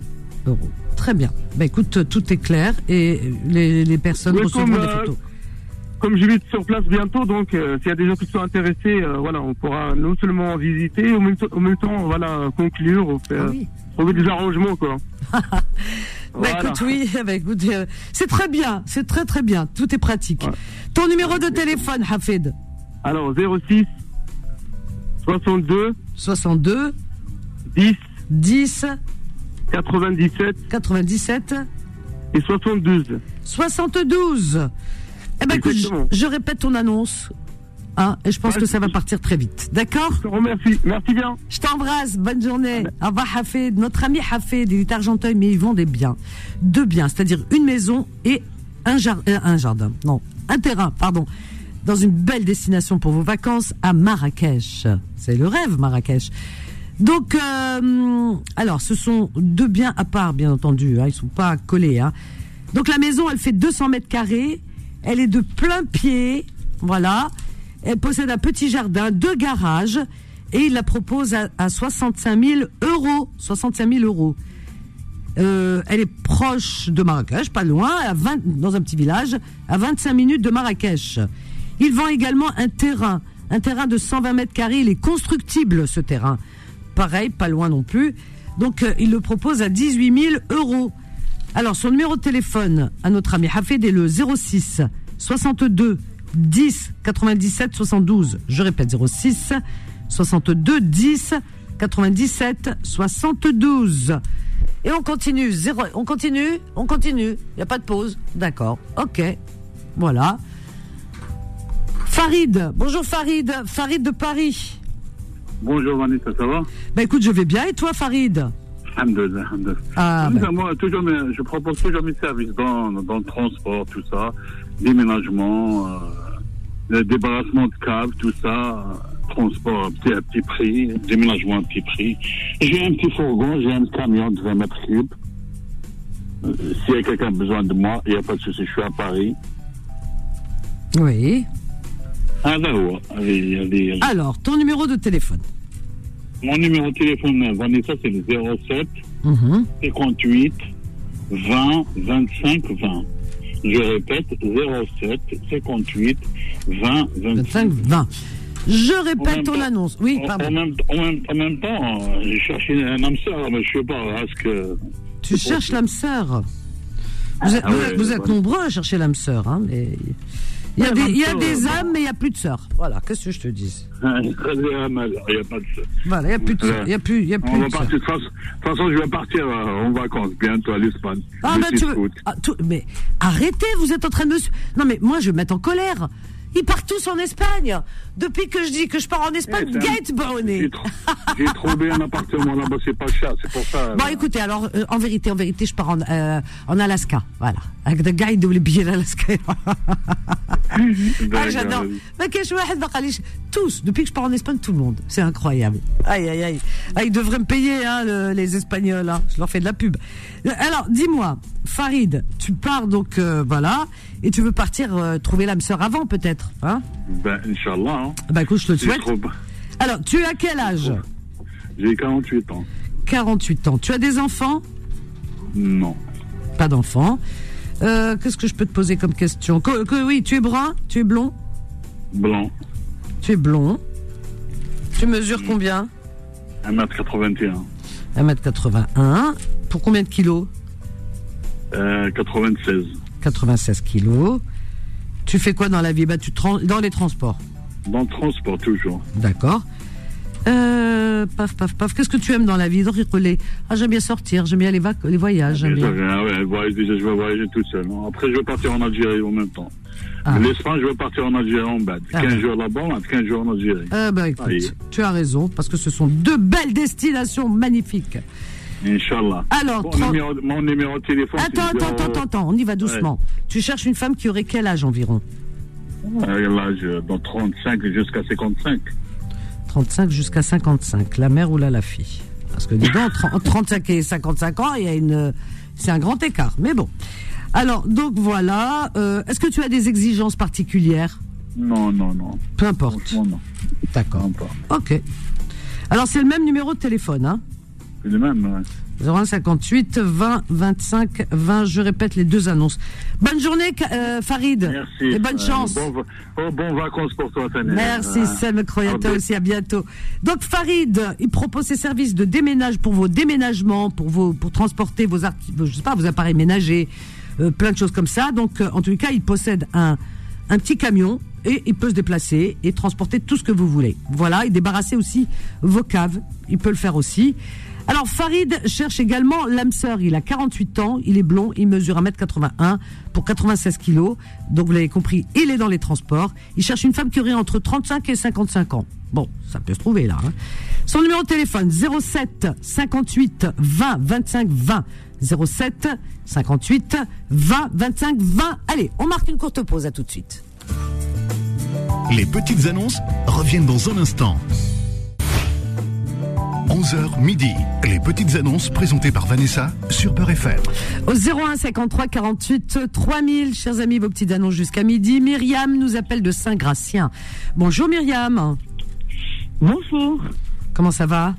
[SPEAKER 2] euros. Très bien. Bah écoute, euh, tout est clair et euh, les, les personnes
[SPEAKER 7] Oui,
[SPEAKER 2] recevront
[SPEAKER 7] comme,
[SPEAKER 2] des
[SPEAKER 7] euh,
[SPEAKER 2] photos.
[SPEAKER 7] Comme je vais être sur place bientôt, donc euh, s'il y a des gens qui sont intéressés, euh, voilà, on pourra non seulement visiter, en même, temps- en même temps, voilà, conclure, on fait,
[SPEAKER 2] Ah
[SPEAKER 7] euh,
[SPEAKER 2] oui.
[SPEAKER 7] trouver des arrangements, quoi.
[SPEAKER 2] Bah
[SPEAKER 7] euh, Voilà.
[SPEAKER 2] écoute, oui, [laughs] bah écoute, euh, c'est très bien, c'est très très bien, tout est pratique. Ton numéro de téléphone, Hafid
[SPEAKER 7] Alors, 06 62
[SPEAKER 2] 62
[SPEAKER 7] 10
[SPEAKER 2] 10
[SPEAKER 7] 97
[SPEAKER 2] 97
[SPEAKER 7] et 72.
[SPEAKER 2] 72. Eh ben écoute, je,
[SPEAKER 7] Exactement.
[SPEAKER 2] je répète ton annonce, hein, et je pense
[SPEAKER 7] Ouais,
[SPEAKER 2] que ça va
[SPEAKER 7] je-
[SPEAKER 2] partir très vite. D'accord
[SPEAKER 7] Je te remercie. Merci bien.
[SPEAKER 2] Je t'embrasse, bonne journée. Au revoir Hafid. Notre ami Hafid, il est argenteuil, mais ils vendent des biens. Deux biens, c'est-à-dire une maison et un, jar- euh, un jardin. Non, un terrain, pardon. Dans une belle destination pour vos vacances à Marrakech. C'est le rêve, Marrakech. Donc, euh, alors, ce sont deux biens à part, bien entendu. Hein, ils sont pas collés. Hein. Donc, la maison, elle fait 200 mètres carrés. Elle est de plein pied. Voilà. Elle possède un petit jardin, deux garages. Et il la propose à, à 65 000 euros. 65 000 euros. Euh, elle est proche de Marrakech, pas loin, à 20, dans un petit village, à 25 minutes de Marrakech. Il vend également un terrain, un terrain de 120 mètres carrés. Il est constructible, ce terrain. Pareil, pas loin non plus. Donc, euh, il le propose à 18 000 euros. Alors, son numéro de téléphone à notre ami Hafid est le 06 62 10 97 72. Je répète, 06 62 10 97 72. Et on continue, zéro, on continue, on continue. Il n'y a pas de pause. D'accord, ok. Voilà. Farid, bonjour Farid, Farid de Paris.
[SPEAKER 8] Bonjour Vanessa, ça va
[SPEAKER 2] Bah écoute, je vais bien et toi Farid
[SPEAKER 8] Alhamdoulilah, alhamdoulilah.
[SPEAKER 2] Ah,
[SPEAKER 8] Oui,
[SPEAKER 2] bah.
[SPEAKER 8] ben, moi, toujours mes- je propose toujours mes services dans, dans le transport, tout ça, déménagement, euh, le débarrassement de caves, tout ça, euh, transport à petit, à petit prix, déménagement à petit prix. J'ai un petit fourgon, j'ai un camion de 20 mètres cubes. Euh, S'il y a quelqu'un besoin de moi, il n'y a pas de souci, je suis à Paris.
[SPEAKER 2] Oui.
[SPEAKER 8] Ah, là, ouais. Allez, allez, allez.
[SPEAKER 2] Alors, ton numéro de téléphone.
[SPEAKER 8] Mon numéro de téléphone, euh, Vanessa, c'est le 07 Mm-hmm.
[SPEAKER 2] Mhm.
[SPEAKER 8] 58 20 25 20. Je répète, 07 58 20 25
[SPEAKER 2] 25 20. Je
[SPEAKER 8] En même
[SPEAKER 2] répète ton
[SPEAKER 8] temps-
[SPEAKER 2] annonce. Oui,
[SPEAKER 8] En, en
[SPEAKER 2] pardon.
[SPEAKER 8] même, en même- en même temps, euh, j'ai cherché un âme sœur, mais je sais pas, est-ce que... [laughs]
[SPEAKER 2] Tu cherches l'âme sœur. Vous êtes,
[SPEAKER 8] Ah
[SPEAKER 2] vous
[SPEAKER 8] ouais,
[SPEAKER 2] êtes- vous
[SPEAKER 8] ouais,
[SPEAKER 2] êtes
[SPEAKER 8] ouais.
[SPEAKER 2] nombreux à chercher l'âme sœur. hein, mais... Il y a
[SPEAKER 8] Ouais,
[SPEAKER 2] des,
[SPEAKER 8] l'âme
[SPEAKER 2] il y a
[SPEAKER 8] sœur,
[SPEAKER 2] des
[SPEAKER 8] ouais.
[SPEAKER 2] âmes, mais il n'y a plus de sœurs. Voilà, qu'est-ce que je te dis
[SPEAKER 8] Il y a pas de...
[SPEAKER 2] Voilà, il n'y a plus de sœurs. Il n'y a plus, il y a
[SPEAKER 8] On
[SPEAKER 2] plus
[SPEAKER 8] va
[SPEAKER 2] de sœurs.
[SPEAKER 8] partir, de toute façon- de toute façon, je vais partir euh, en vacances bientôt à l'Espagne.
[SPEAKER 2] Ah,
[SPEAKER 8] le
[SPEAKER 2] bah, tu
[SPEAKER 8] 6
[SPEAKER 2] veux-
[SPEAKER 8] août.
[SPEAKER 2] Ah, tout- Mais arrêtez, vous êtes en train de me. su- Non, mais moi, je vais me mettre en colère. Ils partent tous en Espagne. Depuis que je dis que je pars en Espagne,
[SPEAKER 8] Eh, c'est un-
[SPEAKER 2] Gate Baronet.
[SPEAKER 8] J'ai tr- j'ai trouvé un appartement là-bas, c'est pas cher, c'est pour ça.
[SPEAKER 2] Bon,
[SPEAKER 8] euh,
[SPEAKER 2] écoutez, alors, euh, en vérité, en vérité, je pars en, euh, en Alaska. Voilà. Avec le guide double billet [laughs] l'Alaska. ah,
[SPEAKER 8] d'accord,
[SPEAKER 2] j'adore.
[SPEAKER 8] vas-y.
[SPEAKER 2] Ma cache واحد ما قاليش. Tous, depuis que je pars en Espagne, tout le monde. C'est incroyable. Aïe, aïe, aïe. Ah, ils devraient me payer, hein, le- les Espagnols. hein. Je leur fais de la pub. Euh, Alors, dis-moi, Farid, tu pars donc, euh, voilà, et tu veux partir euh, trouver l'âme sœur avant, peut-être. Hein
[SPEAKER 8] Ben, Inch'Allah, hein.
[SPEAKER 2] bah, écoute, je te le
[SPEAKER 8] J'ai
[SPEAKER 2] souhaite.
[SPEAKER 8] trop-
[SPEAKER 2] Alors, tu as quel âge
[SPEAKER 8] J'ai 48 ans.
[SPEAKER 2] 48 ans. Tu as des enfants
[SPEAKER 8] Non.
[SPEAKER 2] pas d'enfant. Euh, Qu'est-ce que je peux te poser comme question que, que- Oui, tu es brun, tu es blond,
[SPEAKER 8] Blanc.
[SPEAKER 2] tu es blond. Tu mesures combien
[SPEAKER 8] 1m81.
[SPEAKER 2] 1m81. Pour combien de kilos
[SPEAKER 8] Euh, 96.
[SPEAKER 2] 96 kilos. Tu fais quoi dans la vie bah, tu tran- Dans les transports.
[SPEAKER 8] Dans le transport, toujours.
[SPEAKER 2] D'accord. Euh, paf, paf, paf. Qu'est-ce que tu aimes dans la vie Ricoler. Ah, j'aime bien sortir, j'aime bien les, vac- les voyages.
[SPEAKER 8] Bien
[SPEAKER 2] j'aime
[SPEAKER 8] sûr,
[SPEAKER 2] bien.
[SPEAKER 8] j'ai- ah ouais, voyage, déjà, je vais voyager tout seul. hein. Après, je vais partir en Algérie en même temps.
[SPEAKER 2] Ah.
[SPEAKER 8] Mais L'Espagne, je vais partir en Algérie en bas.
[SPEAKER 2] Ah.
[SPEAKER 8] 15 jours là-bas, on va être 15 jours en Algérie.
[SPEAKER 2] Euh, bah, écoute,
[SPEAKER 8] Allez.
[SPEAKER 2] tu as raison, parce que ce sont deux belles destinations magnifiques.
[SPEAKER 8] Inch'Allah.
[SPEAKER 2] Alors,
[SPEAKER 8] Bon,
[SPEAKER 2] tran-
[SPEAKER 8] numéro- mon numéro de téléphone. c'est
[SPEAKER 2] Attends, attends,
[SPEAKER 8] zéro-
[SPEAKER 2] attends, attends, attends, on y va doucement. Tu cherches une femme qui aurait quel âge environ
[SPEAKER 8] Euh, l'âge, euh, dans 35 jusqu'à 55.
[SPEAKER 2] 35 jusqu'à 55, la mère ou la, la fille Parce que dis donc, entre- entre 35 et 55 ans, il y a une, c'est un grand écart. Mais bon. Alors, donc voilà. euh, Est-ce que tu as des exigences particulières
[SPEAKER 8] Non, non, non.
[SPEAKER 2] Peu importe.
[SPEAKER 8] Franchement, non.
[SPEAKER 2] D'accord.
[SPEAKER 8] Non, pas.
[SPEAKER 2] Ok. Alors, c'est le même numéro de téléphone, hein
[SPEAKER 8] C'est le même, ouais.
[SPEAKER 2] 0158 20 25 20. Je répète les deux annonces. Bonne journée, Ka- euh, Farid.
[SPEAKER 8] Merci.
[SPEAKER 2] Et bonne
[SPEAKER 8] Euh,
[SPEAKER 2] chance.
[SPEAKER 8] Bon, va- oh, bon vacances pour toi, Fanny.
[SPEAKER 2] Merci
[SPEAKER 8] Euh,
[SPEAKER 2] Sam Croyata
[SPEAKER 8] Ah,
[SPEAKER 2] aussi, à bientôt. Donc Farid, il propose ses services de déménage pour vos déménagements, pour, vos, pour transporter vos, arti- vos- je sais pas, vos appareils ménagers, euh, plein de choses comme ça. Donc euh, en tout cas, il possède un, un petit camion et il peut se déplacer et transporter tout ce que vous voulez. Voilà, et débarrasser aussi vos caves, il peut le faire aussi. Alors Farid cherche également l'âme sœur. Il a 48 ans, il est blond, il mesure 1m81 pour 96 kilos. Donc vous l'avez compris, il est dans les transports. Il cherche une femme qui aurait entre 35 et 55 ans. Bon, ça peut se trouver là. hein. Son numéro de téléphone 07 58 20 25 20. 07 58 20 25 20. Allez, on marque une courte pause, à tout de suite.
[SPEAKER 1] Les petites annonces reviennent dans un instant. 11h midi. Les petites annonces présentées par Vanessa sur Peur FM.
[SPEAKER 2] Au 01 53 48 3000, chers amis, vos petites annonces jusqu'à midi. Myriam nous appelle de Saint-Gratien. Bonjour Myriam,
[SPEAKER 9] Bonjour.
[SPEAKER 2] comment ça va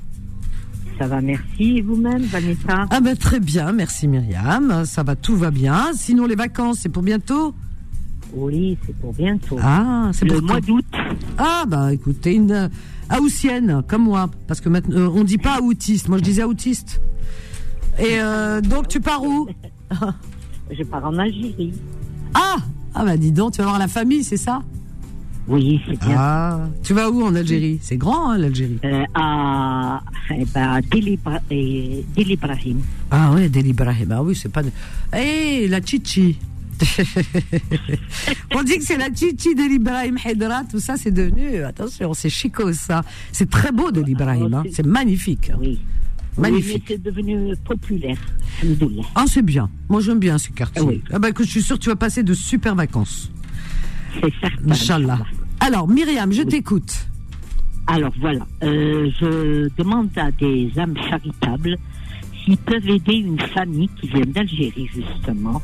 [SPEAKER 9] Ça va, merci. Et vous-même, Vanessa
[SPEAKER 2] Ah ben très bien, merci Myriam, ça va, tout va bien. Sinon les vacances, c'est pour bientôt
[SPEAKER 9] Oui, c'est pour bientôt.
[SPEAKER 2] Ah, c'est
[SPEAKER 9] le
[SPEAKER 2] pour
[SPEAKER 9] mois
[SPEAKER 2] quand
[SPEAKER 9] d'août.
[SPEAKER 2] Ah bah écoutez, une euh, haussienne, comme moi, parce que maintenant, euh, on dit pas autiste, moi je disais autiste. Et euh, donc tu pars où
[SPEAKER 9] [laughs] Je pars en Algérie.
[SPEAKER 2] Ah Ah bah dis donc, tu vas voir la famille, c'est ça
[SPEAKER 9] Oui, c'est bien.
[SPEAKER 2] Ah, tu vas où en Algérie C'est grand, hein, l'Algérie.
[SPEAKER 9] Euh, à
[SPEAKER 3] ah,
[SPEAKER 9] eh ben,
[SPEAKER 3] bah,
[SPEAKER 9] Delibra- eh, Delibrahim.
[SPEAKER 2] Ah ouais, Delibrahim. Ah oui, c'est pas. de- Eh, la
[SPEAKER 9] [laughs]
[SPEAKER 2] chichi. on dit que c'est la chichi d'Elibrahim Hedra, tout ça, c'est devenu. Attention, c'est chico ça. C'est très beau d'Elibrahim, hein. c'est magnifique.
[SPEAKER 9] Ah, Oui.
[SPEAKER 2] Magnifique.
[SPEAKER 9] Oui, mais c'est devenu populaire. Alhamdoulilah.
[SPEAKER 2] Ah, c'est bien. Moi, j'aime bien ce quartier.
[SPEAKER 9] Ah oui.
[SPEAKER 2] Ah bah, écoute, je suis sûre que tu vas passer de super vacances.
[SPEAKER 9] C'est certain.
[SPEAKER 2] Inch'Allah. Alors, Myriam, je t'écoute.
[SPEAKER 9] Alors voilà, euh, je demande à des âmes charitables s'ils peuvent aider une famille qui vient d'Algérie justement.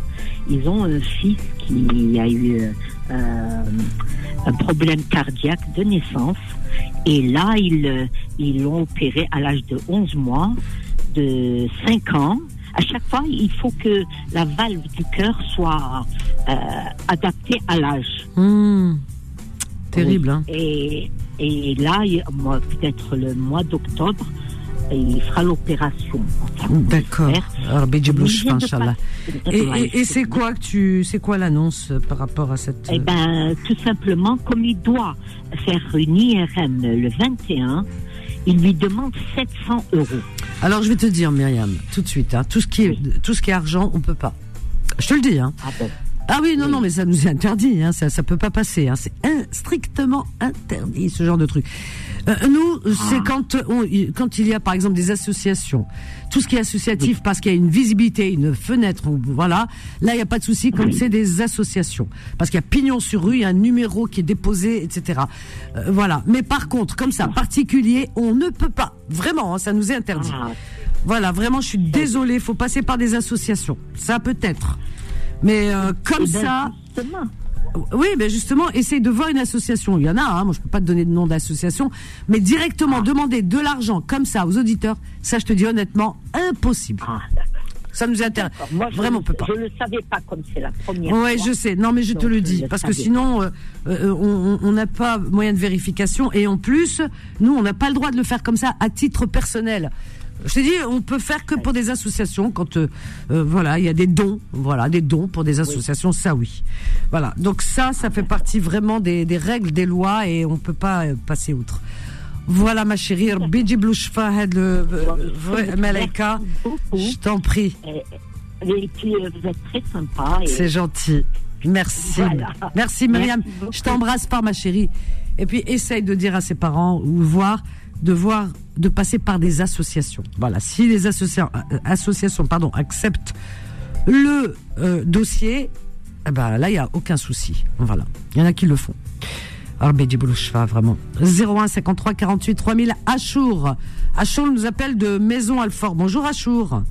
[SPEAKER 9] Ils ont un fils qui a eu euh, euh, un problème cardiaque de naissance et là ils euh, ils l'ont opéré à l'âge de 11 mois, de 5 ans. À chaque fois, il faut que la valve du cœur soit euh, adaptée à l'âge.
[SPEAKER 2] Hum, Terrible, hein.
[SPEAKER 9] Et, et là, il- moi, peut-être le mois d'octobre, il fera l'opération. Enfin,
[SPEAKER 2] D'accord.
[SPEAKER 9] j'espère.
[SPEAKER 2] Alors, Bidjiblo
[SPEAKER 9] Il [laughs] vient de
[SPEAKER 2] Inch'Allah.
[SPEAKER 9] passer-
[SPEAKER 2] Et,
[SPEAKER 9] Ouais,
[SPEAKER 2] et- et c'est quoi que tu, c'est quoi l'annonce euh, par rapport à cette
[SPEAKER 9] Eh ben, tout simplement, comme il doit faire une IRM le 21, il lui demande 700 euros.
[SPEAKER 2] Alors je vais te dire Myriam, tout de suite, hein, tout ce qui est tout ce qui est argent, on peut pas. Je te le dis. Hein.
[SPEAKER 9] Ah bon
[SPEAKER 2] Ah oui, non, non, mais ça nous est interdit. Hein, ça, ça peut pas passer. Hein, c'est in- strictement interdit ce genre de truc. Euh,
[SPEAKER 9] Ah.
[SPEAKER 2] nous, c'est quand euh, on, il- quand il y a par exemple des associations, tout ce qui est associatif parce qu'il y a une visibilité, une fenêtre, ou voilà. Là, il n'y a pas de souci comme c'est des associations parce qu'il y a pignon sur rue, il y a un numéro qui est déposé, etc. Euh, voilà. Mais par contre, comme
[SPEAKER 9] Ah.
[SPEAKER 2] ça, particulier, on ne peut pas. Vraiment, hein, ça nous est interdit.
[SPEAKER 9] Ah,
[SPEAKER 2] Voilà, vraiment, je suis désolée, faut passer par des associations. Ça peut-être. Mais euh, comme
[SPEAKER 9] eh ben,
[SPEAKER 2] ça,
[SPEAKER 9] justement.
[SPEAKER 2] oui, mais justement, essaye de voir une association. Il y en a, hein, moi je peux pas te donner de nom d'association, mais directement demander de l'argent comme ça aux auditeurs, ça je te dis honnêtement, impossible.
[SPEAKER 9] Ah, d'accord.
[SPEAKER 2] Ça nous intéresse.
[SPEAKER 9] Moi, je
[SPEAKER 2] Vraiment, on
[SPEAKER 9] le-
[SPEAKER 2] peut pas.
[SPEAKER 9] Je le savais pas comme c'est la première
[SPEAKER 2] Ouais,
[SPEAKER 9] fois.
[SPEAKER 2] je sais. Non, mais je te
[SPEAKER 9] Donc, euh,
[SPEAKER 2] le
[SPEAKER 9] je
[SPEAKER 2] dis
[SPEAKER 9] le
[SPEAKER 2] parce que
[SPEAKER 9] savais.
[SPEAKER 2] sinon, euh, euh, on on n'a pas moyen de vérification et en plus, nous, on n'a pas le droit de le faire comme ça à titre personnel. Je t'ai dit, on peut faire que pour des associations quand euh, euh, voilà, il y a des dons, voilà, des dons pour des associations, ça oui. Voilà. Donc ça, ça fait partie vraiment des, des règles, des lois et on peut pas euh, passer outre. Voilà ma chérie, Bidji Blouchfa, le euh, vrai Malaika.
[SPEAKER 9] Beaucoup.
[SPEAKER 2] Je t'en prie,
[SPEAKER 9] Et puis, euh, vous êtes très sympa. Ah, Et...
[SPEAKER 2] c'est gentil. Merci.
[SPEAKER 9] Voilà.
[SPEAKER 2] Merci Myriam.
[SPEAKER 9] Merci beaucoup.
[SPEAKER 2] je t'embrasse pas ma chérie. Et puis essaye de dire à ses parents ou voir de voir de passer par des associations. Voilà, si les associations associations pardon acceptent le euh, dossier, eh ben là il y a aucun souci. Voilà. Il y en a qui le font. Alors Bédi Boulouchfa, vraiment. 01 53 48 3000 Achour. Achour nous appelle de Maison Alfort. Bonjour Achour.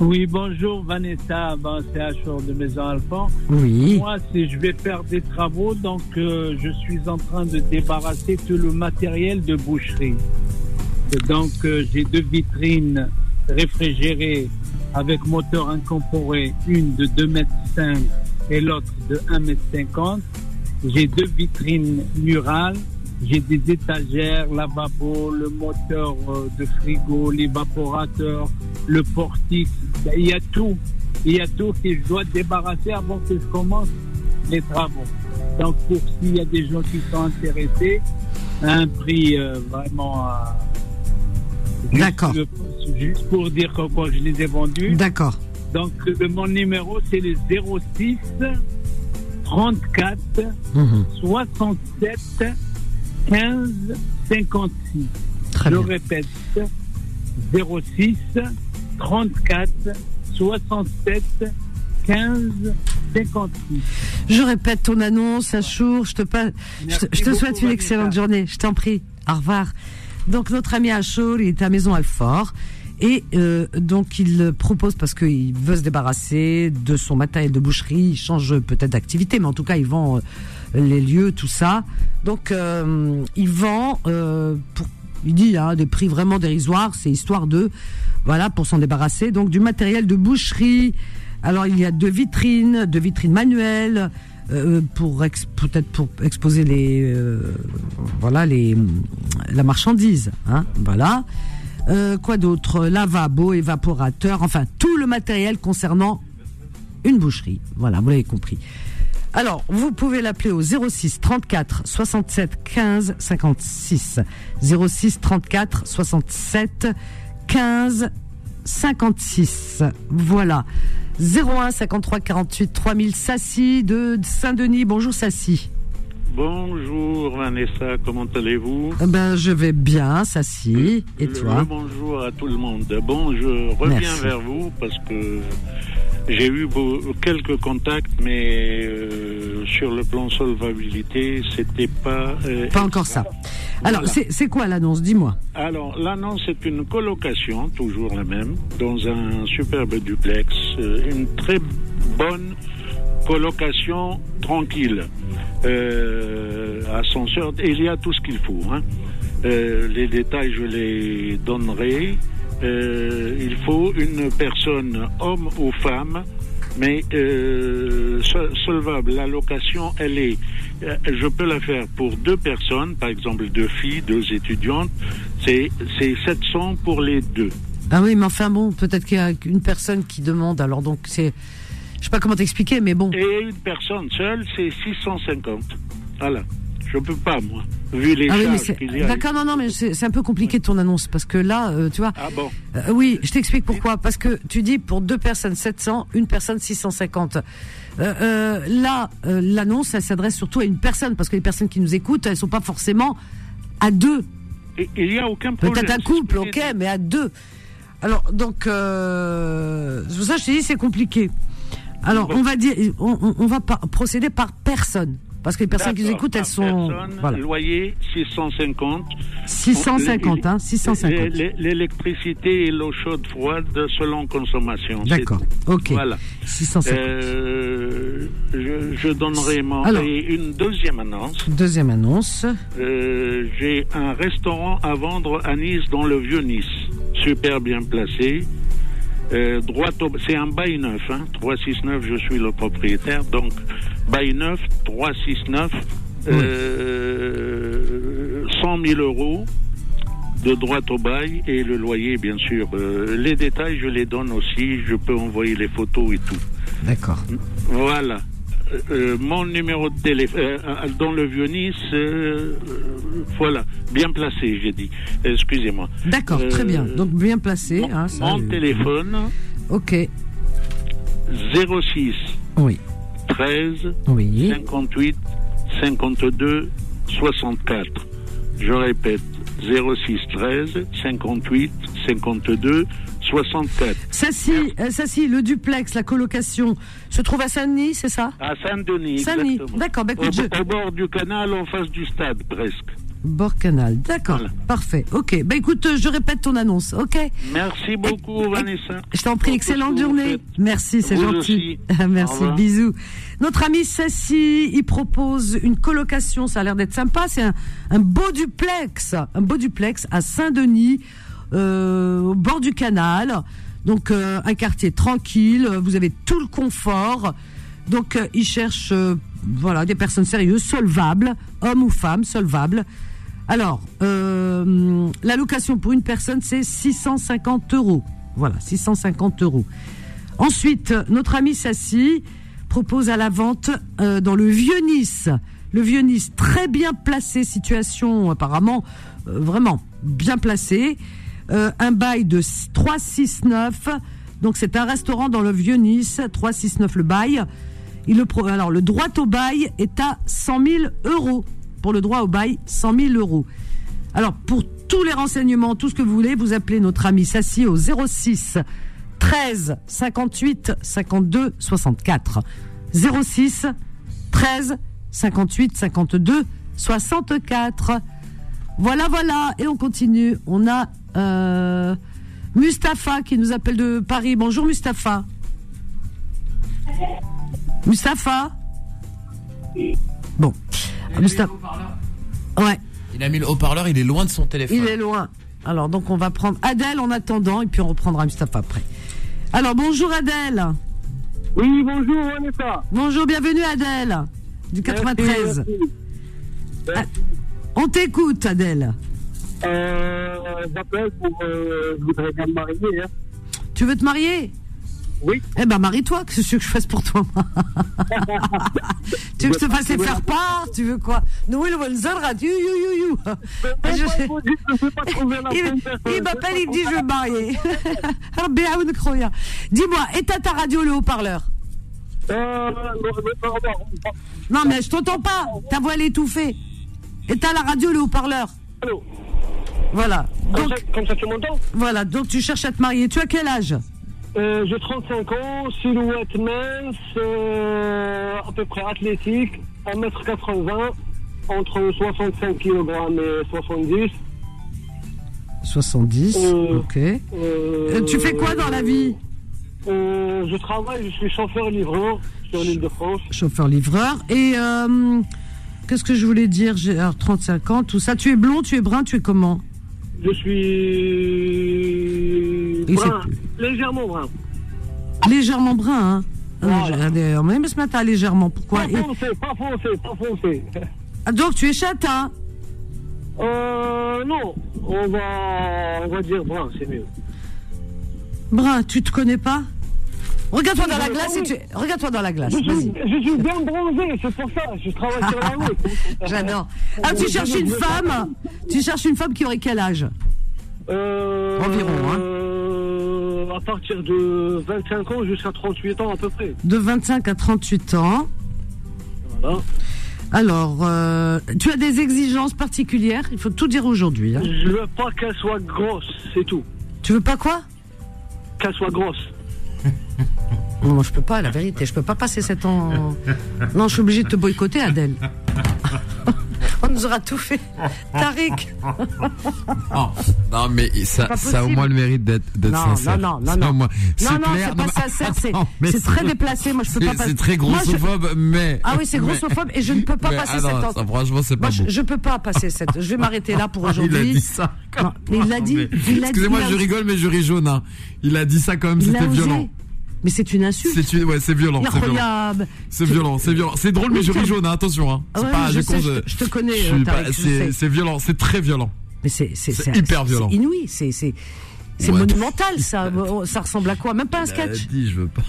[SPEAKER 10] Oui, bonjour Vanessa, bon, c'est Achor de Maison Alphand.
[SPEAKER 2] Oui.
[SPEAKER 10] Moi, c'est- je vais faire des travaux, donc euh, je suis en train de débarrasser tout le matériel de boucherie. Et donc, euh, j'ai deux vitrines réfrigérées avec moteur incorporé, une de 2,5 m et l'autre de 1,50 m. J'ai deux vitrines murales, j'ai des étagères, lavabo, le moteur euh, de frigo, l'évaporateur, le portique, Ben, il y a tout. Il y a tout que je dois débarrasser avant que je commence les travaux. Donc, pour s'il y a des gens qui sont intéressés, à un prix euh, vraiment. euh, juste
[SPEAKER 2] D'accord.
[SPEAKER 10] le- Juste pour dire que quand je les ai vendus.
[SPEAKER 2] D'accord.
[SPEAKER 10] Donc, euh, mon numéro, c'est le 06 34
[SPEAKER 2] Mhm.
[SPEAKER 10] 67 15 56.
[SPEAKER 2] Très
[SPEAKER 10] Je
[SPEAKER 2] bien.
[SPEAKER 10] répète, 06 34 67 15 56.
[SPEAKER 2] Je répète ton annonce, Achour. Je te, pas, je te,
[SPEAKER 10] Merci
[SPEAKER 2] je te souhaite
[SPEAKER 10] beaucoup,
[SPEAKER 2] une excellente
[SPEAKER 10] Vanessa.
[SPEAKER 2] journée. Je t'en prie. Au revoir. Donc, notre ami Achour, il est à Maison Alfort. Et euh, donc, il propose, parce qu'il veut se débarrasser de son matériel de boucherie, il change peut-être d'activité, mais en tout cas, il vend euh, les lieux, tout ça. Donc, euh, il vend, euh, pour, il dit, hein, des prix vraiment dérisoires, c'est histoire de, voilà, pour s'en débarrasser. Donc, du matériel de boucherie. Alors, il y a deux vitrines, deux vitrines manuelles, euh, pour ex- peut-être pour exposer les, euh, voilà, les, la marchandise. Hein, voilà. Euh, quoi d'autre Lavabo, évaporateur, enfin, tout le matériel concernant une boucherie. Voilà, vous l'avez compris. Alors, vous pouvez l'appeler au 06 34 67 15 56. 06 34 67 15 56. Voilà. 01 53 48 3000 Sassi de Saint-Denis. Bonjour Sassi.
[SPEAKER 11] Bonjour Vanessa, comment allez-vous
[SPEAKER 2] Eh Ben, je vais bien, Sassi. Et
[SPEAKER 11] Le-
[SPEAKER 2] toi
[SPEAKER 11] le Bonjour à tout le monde. Bon, je reviens
[SPEAKER 2] Merci.
[SPEAKER 11] vers vous parce que j'ai eu beau- quelques contacts, mais euh, sur le plan solvabilité, c'était pas. euh,
[SPEAKER 2] Pas encore ça. Alors,
[SPEAKER 11] Voilà.
[SPEAKER 2] c'est- c'est quoi l'annonce Dis-moi.
[SPEAKER 11] Alors, l'annonce est une colocation, toujours la même, dans un superbe duplex, euh, une très bonne colocation tranquille, Euh, ascenseur, et il y a tout ce qu'il faut. hein. Euh, les détails, je les donnerai. Euh, il faut une personne, homme ou femme, mais euh, sol- solvable, la location, elle est. euh, Je peux la faire pour deux personnes, par exemple deux filles, deux étudiantes. C'est c'est 700 pour les deux.
[SPEAKER 2] Ah oui, mais enfin bon, peut-être qu'il y a une personne qui demande. Alors donc, c'est. Je sais pas comment t'expliquer, mais bon.
[SPEAKER 11] Et une personne seule, c'est 650. Voilà. Je peux pas, moi, vu les
[SPEAKER 2] Ah oui, mais
[SPEAKER 11] charges
[SPEAKER 2] c'est-
[SPEAKER 11] qu'il y a.
[SPEAKER 2] D'accord, non, non, mais c'est c'est un peu compliqué ton annonce parce que là, euh, tu vois.
[SPEAKER 11] Ah bon
[SPEAKER 2] Euh, oui, je t'explique pourquoi. Parce que tu dis pour deux personnes 700, une personne 650. Euh, euh, là, euh, l'annonce, elle s'adresse surtout à une personne parce que les personnes qui nous écoutent, elles sont pas forcément à deux.
[SPEAKER 11] Et- Il n'y a aucun problème.
[SPEAKER 2] Peut-être un couple, ok, mais à deux. Alors, donc, euh, c'est pour ça que je t'ai dit, c'est compliqué. Alors, on va dire, on, on- on va par- procéder par personne. Parce que les personnes qui nous
[SPEAKER 11] D'accord,
[SPEAKER 2] écoutent, elles
[SPEAKER 11] par
[SPEAKER 2] sont.
[SPEAKER 11] personne,
[SPEAKER 2] voilà.
[SPEAKER 11] Loyer 650.
[SPEAKER 2] 650, hein, 650.
[SPEAKER 11] L'é- l'é- L'électricité et l'eau chaude froide selon consommation.
[SPEAKER 2] D'accord,
[SPEAKER 11] C'est-
[SPEAKER 2] ok.
[SPEAKER 11] Voilà.
[SPEAKER 2] 650.
[SPEAKER 11] Euh, je, je donnerai mon
[SPEAKER 2] Alors.
[SPEAKER 11] et une deuxième annonce.
[SPEAKER 2] Deuxième annonce.
[SPEAKER 11] Euh, J'ai un restaurant à vendre à Nice dans le vieux Nice, super bien placé. Euh, droit au- c'est un bail neuf, hein, 369, je suis le propriétaire, donc bail neuf, 369, euh, 100 000 euros de droit au bail et le loyer, bien sûr. Euh, les détails, je les donne aussi, je peux envoyer les photos et tout.
[SPEAKER 2] D'accord.
[SPEAKER 11] Voilà. Euh, euh, mon numéro de téléphone euh, dans le vieux Nice, euh, euh, voilà, bien placé, j'ai dit. Excusez-moi.
[SPEAKER 2] D'accord, très
[SPEAKER 11] Euh,
[SPEAKER 2] bien. Donc, bien placé. hein, ça,
[SPEAKER 11] Mon
[SPEAKER 2] euh,
[SPEAKER 11] téléphone
[SPEAKER 2] Ok.
[SPEAKER 11] 06
[SPEAKER 2] Oui.
[SPEAKER 11] 13
[SPEAKER 2] Oui.
[SPEAKER 11] 58 52 64. Je répète 06 13 58 52 64.
[SPEAKER 2] Sassy, euh, Sassy, le duplex, la colocation, se trouve à Saint-Denis, c'est ça
[SPEAKER 11] À
[SPEAKER 2] Saint-Denis,
[SPEAKER 11] Saint-Denis. Ah, exactement.
[SPEAKER 2] d'accord, bah, écoute,
[SPEAKER 11] au,
[SPEAKER 2] je-
[SPEAKER 11] au bord du canal, en face du stade, presque.
[SPEAKER 2] Bord canal. D'accord, parfait. Ok. Bah écoute, euh, je répète ton annonce, ok
[SPEAKER 11] Merci beaucoup, Vanessa.
[SPEAKER 2] Je t'en prie,
[SPEAKER 11] Pour
[SPEAKER 2] excellente
[SPEAKER 11] tout ce que vous
[SPEAKER 2] journée. Merci, c'est
[SPEAKER 11] Vous
[SPEAKER 2] gentil.
[SPEAKER 11] aussi. Au
[SPEAKER 2] Ah, Merci,
[SPEAKER 11] revoir.
[SPEAKER 2] bisous. Notre ami Sassy, il propose une colocation, ça a l'air d'être sympa. C'est un, un beau duplex, un beau duplex à Saint-Denis, euh, au bord du canal. Donc euh, un quartier tranquille, euh, vous avez tout le confort. Donc euh, il cherche euh, voilà, des personnes sérieuses, solvables, hommes ou femmes, solvables. Alors, euh, la location pour une personne, c'est 650 euros. Voilà, 650 euros. Ensuite, notre ami Sassi propose à la vente euh, dans le vieux Nice. Le vieux Nice, très bien placé, situation apparemment euh, vraiment bien placée. Euh, un bail de 369. Donc c'est un restaurant dans le vieux Nice, 369 le bail. Il le pro- Alors le droit au bail est à 100 000 euros. Pour le droit au bail, 100 000 euros. Alors pour tous les renseignements, tout ce que vous voulez, vous appelez notre ami Sassi au 06 13 58 52 64. 06 13 58 52 64. Voilà, voilà, et on continue. On a euh, Mustapha qui nous appelle de Paris. Bonjour Mustapha. Mustapha Bon. Ah, Mustapha. Ouais.
[SPEAKER 12] Il a mis le haut-parleur, il est loin de son téléphone.
[SPEAKER 2] Il est loin. Alors, donc, on va prendre Adèle en attendant, et puis on reprendra Mustapha après. Alors, bonjour Adèle.
[SPEAKER 13] Oui, bonjour Vanessa.
[SPEAKER 2] Bonjour, bienvenue Adèle, du 93. Ah, on t'écoute, Adèle. Ah.
[SPEAKER 13] Ben, Euh, J'appelle pour. euh, je voudrais bien me marier. hein.
[SPEAKER 2] Tu veux te marier Oui. Eh ben, marie-toi, que c'est ce que je fasse pour
[SPEAKER 13] [laughs]
[SPEAKER 2] toi. tu veux que je te fasse les faire part Tu veux quoi Nous, le Walzer a dit you, you, you, you. [laughs] Il il m'appelle, il me dit je veux me marier. [laughs] Alors, bien, vous ne croyez pas. Dis-moi, éteins ta radio, le haut-parleur.
[SPEAKER 13] Euh,
[SPEAKER 2] Non, mais je t'entends pas. Ta voix, elle est étouffée. Éteins la radio, le haut-parleur.
[SPEAKER 13] Allô
[SPEAKER 2] Voilà.
[SPEAKER 13] Comme ça, comme ça, tu m'entends
[SPEAKER 2] Voilà, donc tu cherches à te marier. Tu as quel âge
[SPEAKER 13] Euh, J'ai 35 ans, silhouette mince, euh, à peu près athlétique, 1m80, entre 65 kg et 70.
[SPEAKER 2] 70, ok. Euh, tu fais quoi dans la vie
[SPEAKER 13] euh, Je travaille, je suis chauffeur-livreur sur l'île de France.
[SPEAKER 2] Chauffeur-livreur. Et euh, qu'est-ce que je voulais dire J'ai alors, 35 ans, tout ça. Tu es blond, tu es brun, tu es comment
[SPEAKER 13] Je suis.
[SPEAKER 2] Il sait
[SPEAKER 13] brun, légèrement brun.
[SPEAKER 2] Légèrement brun, hein Légère- d'ailleurs, Même ce matin, légèrement. Pourquoi
[SPEAKER 13] Pas
[SPEAKER 2] Et-
[SPEAKER 13] foncé, pas foncé, pas foncé. [laughs]
[SPEAKER 2] Ah, Donc, tu es châtain
[SPEAKER 13] Euh, non, on va, on va dire brun, c'est mieux.
[SPEAKER 2] Brun, tu te connais pas Regarde-toi dans la
[SPEAKER 13] Oui,
[SPEAKER 2] glace et
[SPEAKER 13] oui.
[SPEAKER 2] tu... Regarde-toi dans la glace,
[SPEAKER 13] Je suis,
[SPEAKER 2] vas-y.
[SPEAKER 13] je suis bien bronzé, c'est pour ça, je travaille sur la route.
[SPEAKER 2] [laughs] Ah, J'adore. Ah, tu cherches une femme Tu cherches une femme qui aurait quel âge
[SPEAKER 13] Euh,
[SPEAKER 2] Environ, hein.
[SPEAKER 13] euh, à partir de 25 ans jusqu'à 38 ans à peu près.
[SPEAKER 2] De 25 à 38 ans.
[SPEAKER 13] Voilà.
[SPEAKER 2] Alors, euh, tu as des exigences particulières Il faut tout dire aujourd'hui. hein.
[SPEAKER 13] Je veux pas qu'elle soit grosse, c'est tout.
[SPEAKER 2] Tu veux pas quoi
[SPEAKER 13] Qu'elle soit grosse.
[SPEAKER 2] Non, moi, je peux pas, la vérité. Je peux pas passer cet an. Non, je suis obligée de te boycotter, Adèle. On nous aura tout fait. Tariq
[SPEAKER 12] Oh, non, mais
[SPEAKER 2] Ah. C'est pas
[SPEAKER 12] ça, ça a au
[SPEAKER 2] possible.
[SPEAKER 12] moins le mérite d'être d'être
[SPEAKER 2] Non,
[SPEAKER 12] sincère.
[SPEAKER 2] non, non, non,
[SPEAKER 12] Ça,
[SPEAKER 2] non.
[SPEAKER 12] au moins,
[SPEAKER 2] Non,
[SPEAKER 12] c'est
[SPEAKER 2] non,
[SPEAKER 12] clair.
[SPEAKER 2] c'est pas
[SPEAKER 12] mais
[SPEAKER 2] sincère,
[SPEAKER 12] [laughs]
[SPEAKER 2] c'est-
[SPEAKER 12] attends, mais
[SPEAKER 2] c'est très déplacé, moi, je peux
[SPEAKER 12] c'est-
[SPEAKER 2] pas passer-
[SPEAKER 12] C'est très
[SPEAKER 2] Moi, je-
[SPEAKER 12] grossophobe, mais.
[SPEAKER 2] Ah oui, c'est
[SPEAKER 12] [laughs] mais-
[SPEAKER 2] grossophobe et je ne peux pas
[SPEAKER 12] mais,
[SPEAKER 2] passer
[SPEAKER 12] ah non,
[SPEAKER 2] cette
[SPEAKER 12] ça, Franchement, c'est pas
[SPEAKER 2] Moi, je,
[SPEAKER 12] bon.
[SPEAKER 2] je peux pas passer cette. Je vais m'arrêter là pour
[SPEAKER 12] [laughs] Il a
[SPEAKER 2] aujourd'hui.
[SPEAKER 12] dit ça.
[SPEAKER 2] Non, mais il l'a dit.
[SPEAKER 12] Mais-
[SPEAKER 2] il l'a dit,
[SPEAKER 12] Excusez-moi,
[SPEAKER 2] il a-
[SPEAKER 12] je rigole, mais je ris jaune. hein. Il a dit ça quand même,
[SPEAKER 2] Il a
[SPEAKER 12] c'était
[SPEAKER 2] osé.
[SPEAKER 12] violent.
[SPEAKER 2] Mais c'est une insulte.
[SPEAKER 12] C'est une- ouais, c'est violent, c'est violent.
[SPEAKER 2] Incroyable.
[SPEAKER 12] C'est violent, c'est violent. C'est drôle, mais je ris jaune, hein, attention. hein. C'est
[SPEAKER 2] Ouais,
[SPEAKER 12] pas-
[SPEAKER 2] je sais,
[SPEAKER 12] cause-
[SPEAKER 2] je te- je te connais,
[SPEAKER 12] suis
[SPEAKER 2] euh,
[SPEAKER 12] pas-
[SPEAKER 2] Tariq, je sais.
[SPEAKER 12] C'est c'est violent, c'est très violent.
[SPEAKER 2] Mais c'est
[SPEAKER 12] c'est hyper violent.
[SPEAKER 2] C'est inouï. C'est c'est c'est
[SPEAKER 12] Ouais.
[SPEAKER 2] monumental. Ça
[SPEAKER 12] [laughs]
[SPEAKER 2] Oh, ça ressemble à quoi Même pas un sketch.
[SPEAKER 12] dit, je veux pas.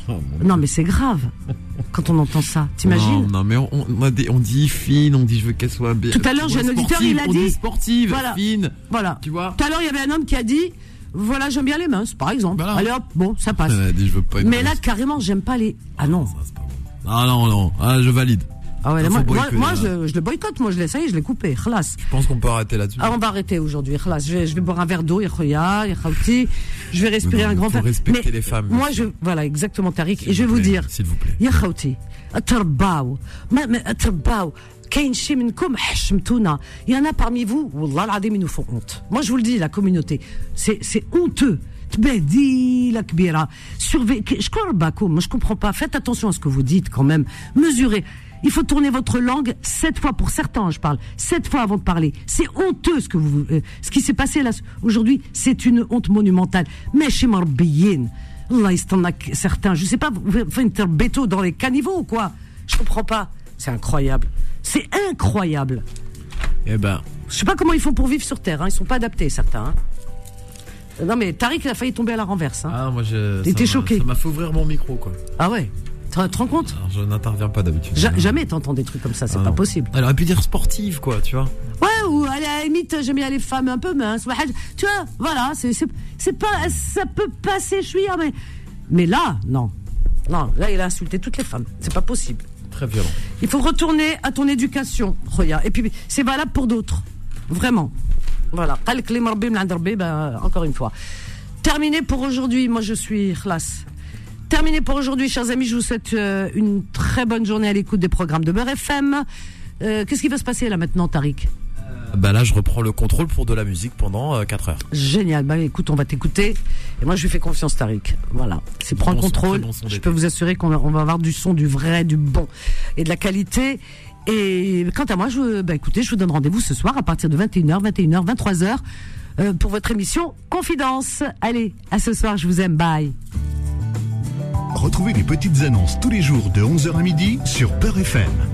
[SPEAKER 2] Non, mais c'est grave. Quand on entend ça, t'imagines
[SPEAKER 12] Non, non, mais on, on- on a des- on dit fine, on dit je veux qu'elle soit bien.
[SPEAKER 2] Tout à l'heure, j'ai un auditeur,
[SPEAKER 12] sportive,
[SPEAKER 2] il a
[SPEAKER 12] on
[SPEAKER 2] dit
[SPEAKER 12] sportive,
[SPEAKER 2] Voilà.
[SPEAKER 12] fine.
[SPEAKER 2] Voilà.
[SPEAKER 12] Tu vois
[SPEAKER 2] Tout à l'heure, il y avait un homme qui a dit voilà, j'aime bien les minces, par exemple. Allez hop, bon, ça passe.
[SPEAKER 12] Elle a dit je veux pas être
[SPEAKER 2] Mais là, carrément, j'aime pas les. Ah non.
[SPEAKER 12] Ah non, non, ah, je valide.
[SPEAKER 2] Ah ouais,
[SPEAKER 12] Ça,
[SPEAKER 2] moi,
[SPEAKER 12] faut
[SPEAKER 2] moi,
[SPEAKER 12] boycotter,
[SPEAKER 2] moi,
[SPEAKER 12] là.
[SPEAKER 2] je, je le boycotte, moi je l'ai, ça y est, je l'ai coupé, khlas.
[SPEAKER 12] Je pense qu'on peut arrêter là-dessus.
[SPEAKER 2] Ah, on va arrêter aujourd'hui, khlas. Je vais, je vais boire un verre d'eau, yakhouya, yakhouti. Je vais respirer
[SPEAKER 12] non,
[SPEAKER 2] un
[SPEAKER 12] mais
[SPEAKER 2] grand
[SPEAKER 12] faut
[SPEAKER 2] verre.
[SPEAKER 12] respecter
[SPEAKER 2] Mais
[SPEAKER 12] les femmes,
[SPEAKER 2] Moi, je,
[SPEAKER 12] monsieur.
[SPEAKER 2] voilà, exactement, Tariq. Et je vais vous dire.
[SPEAKER 12] S'il vous plaît.
[SPEAKER 2] يا خوتي ترباو ما, ما ترباو كاين شي منكم حشمتونا Il y en a parmi vous والله العظيم ils nous font honte moi je vous le dis la communauté c'est c'est honteux تبهديله كبيره Surveille- que- شكون رباكم Moi, je comprends pas faites attention à ce que vous dites quand même mesurez il faut tourner votre langue sept fois pour certains, je parle, sept fois avant de parler. C'est honteux ce que vous, euh, ce qui s'est passé là aujourd'hui. C'est une honte monumentale. Mais chez Morbihan, Allah, il s'en a que- certains. Je sais pas, vous faites une terre béto dans les caniveaux ou quoi Je comprends pas. C'est incroyable. C'est incroyable.
[SPEAKER 12] Eh ben,
[SPEAKER 2] Je sais pas comment ils font pour vivre sur Terre. Hein. Ils sont pas adaptés, certains. hein. Euh, Non, mais Tariq, il a failli tomber à la renverse. hein.
[SPEAKER 12] ah, moi je.
[SPEAKER 2] T'étais
[SPEAKER 12] ça m'a-
[SPEAKER 2] choqué.
[SPEAKER 12] Ça m'a fait ouvrir mon micro, quoi. Ah.
[SPEAKER 2] Ah, ouais Tu te rends compte
[SPEAKER 12] Alors, je n'interviens pas d'habitude.
[SPEAKER 2] Ja- Jamais t'entends des trucs comme ça, c'est
[SPEAKER 12] Ah,
[SPEAKER 2] pas
[SPEAKER 12] non.
[SPEAKER 2] possible.
[SPEAKER 12] Elle aurait pu dire sportive, quoi, tu vois.
[SPEAKER 2] Ouais, ou à la limite, j'aime bien les femmes un peu minces. Ouais, Tu vois, voilà, c'est- c'est c'est pas. Ça peut passer, je suis. ah, Mais, mais là, non. Non, là, il a insulté toutes les femmes. C'est pas possible.
[SPEAKER 12] Très violent.
[SPEAKER 2] Il faut retourner à ton éducation, Roya. Et puis, c'est valable pour d'autres. Vraiment. Voilà. قالك اللي مربي من عند ربي, ben, Encore une fois. Terminé pour aujourd'hui. Moi, je suis classe. Terminé pour aujourd'hui, chers amis. Je vous souhaite euh, une très bonne journée à l'écoute des programmes de Beurre FM. Euh, Qu'est-ce qui va se passer là maintenant, Tariq Euh.
[SPEAKER 12] Bah là, je reprends le contrôle pour de la musique pendant 4 heures.
[SPEAKER 2] Génial. Bah écoute, on va t'écouter. Et moi, je lui fais confiance, Tariq. Voilà. C'est prends le
[SPEAKER 12] Bon son,
[SPEAKER 2] contrôle.
[SPEAKER 12] très bon son
[SPEAKER 2] je
[SPEAKER 12] d'été.
[SPEAKER 2] peux vous assurer qu'on on va avoir du son, du vrai, du bon et de la qualité. Et quant à moi, je, bah écoutez, je vous donne rendez-vous ce soir à partir de 21h, 21h, 23h euh, pour votre émission Confidence. Allez, à ce soir. Je vous aime. Bye.
[SPEAKER 1] Retrouvez les petites annonces tous les jours de 11h à midi sur Peur FM.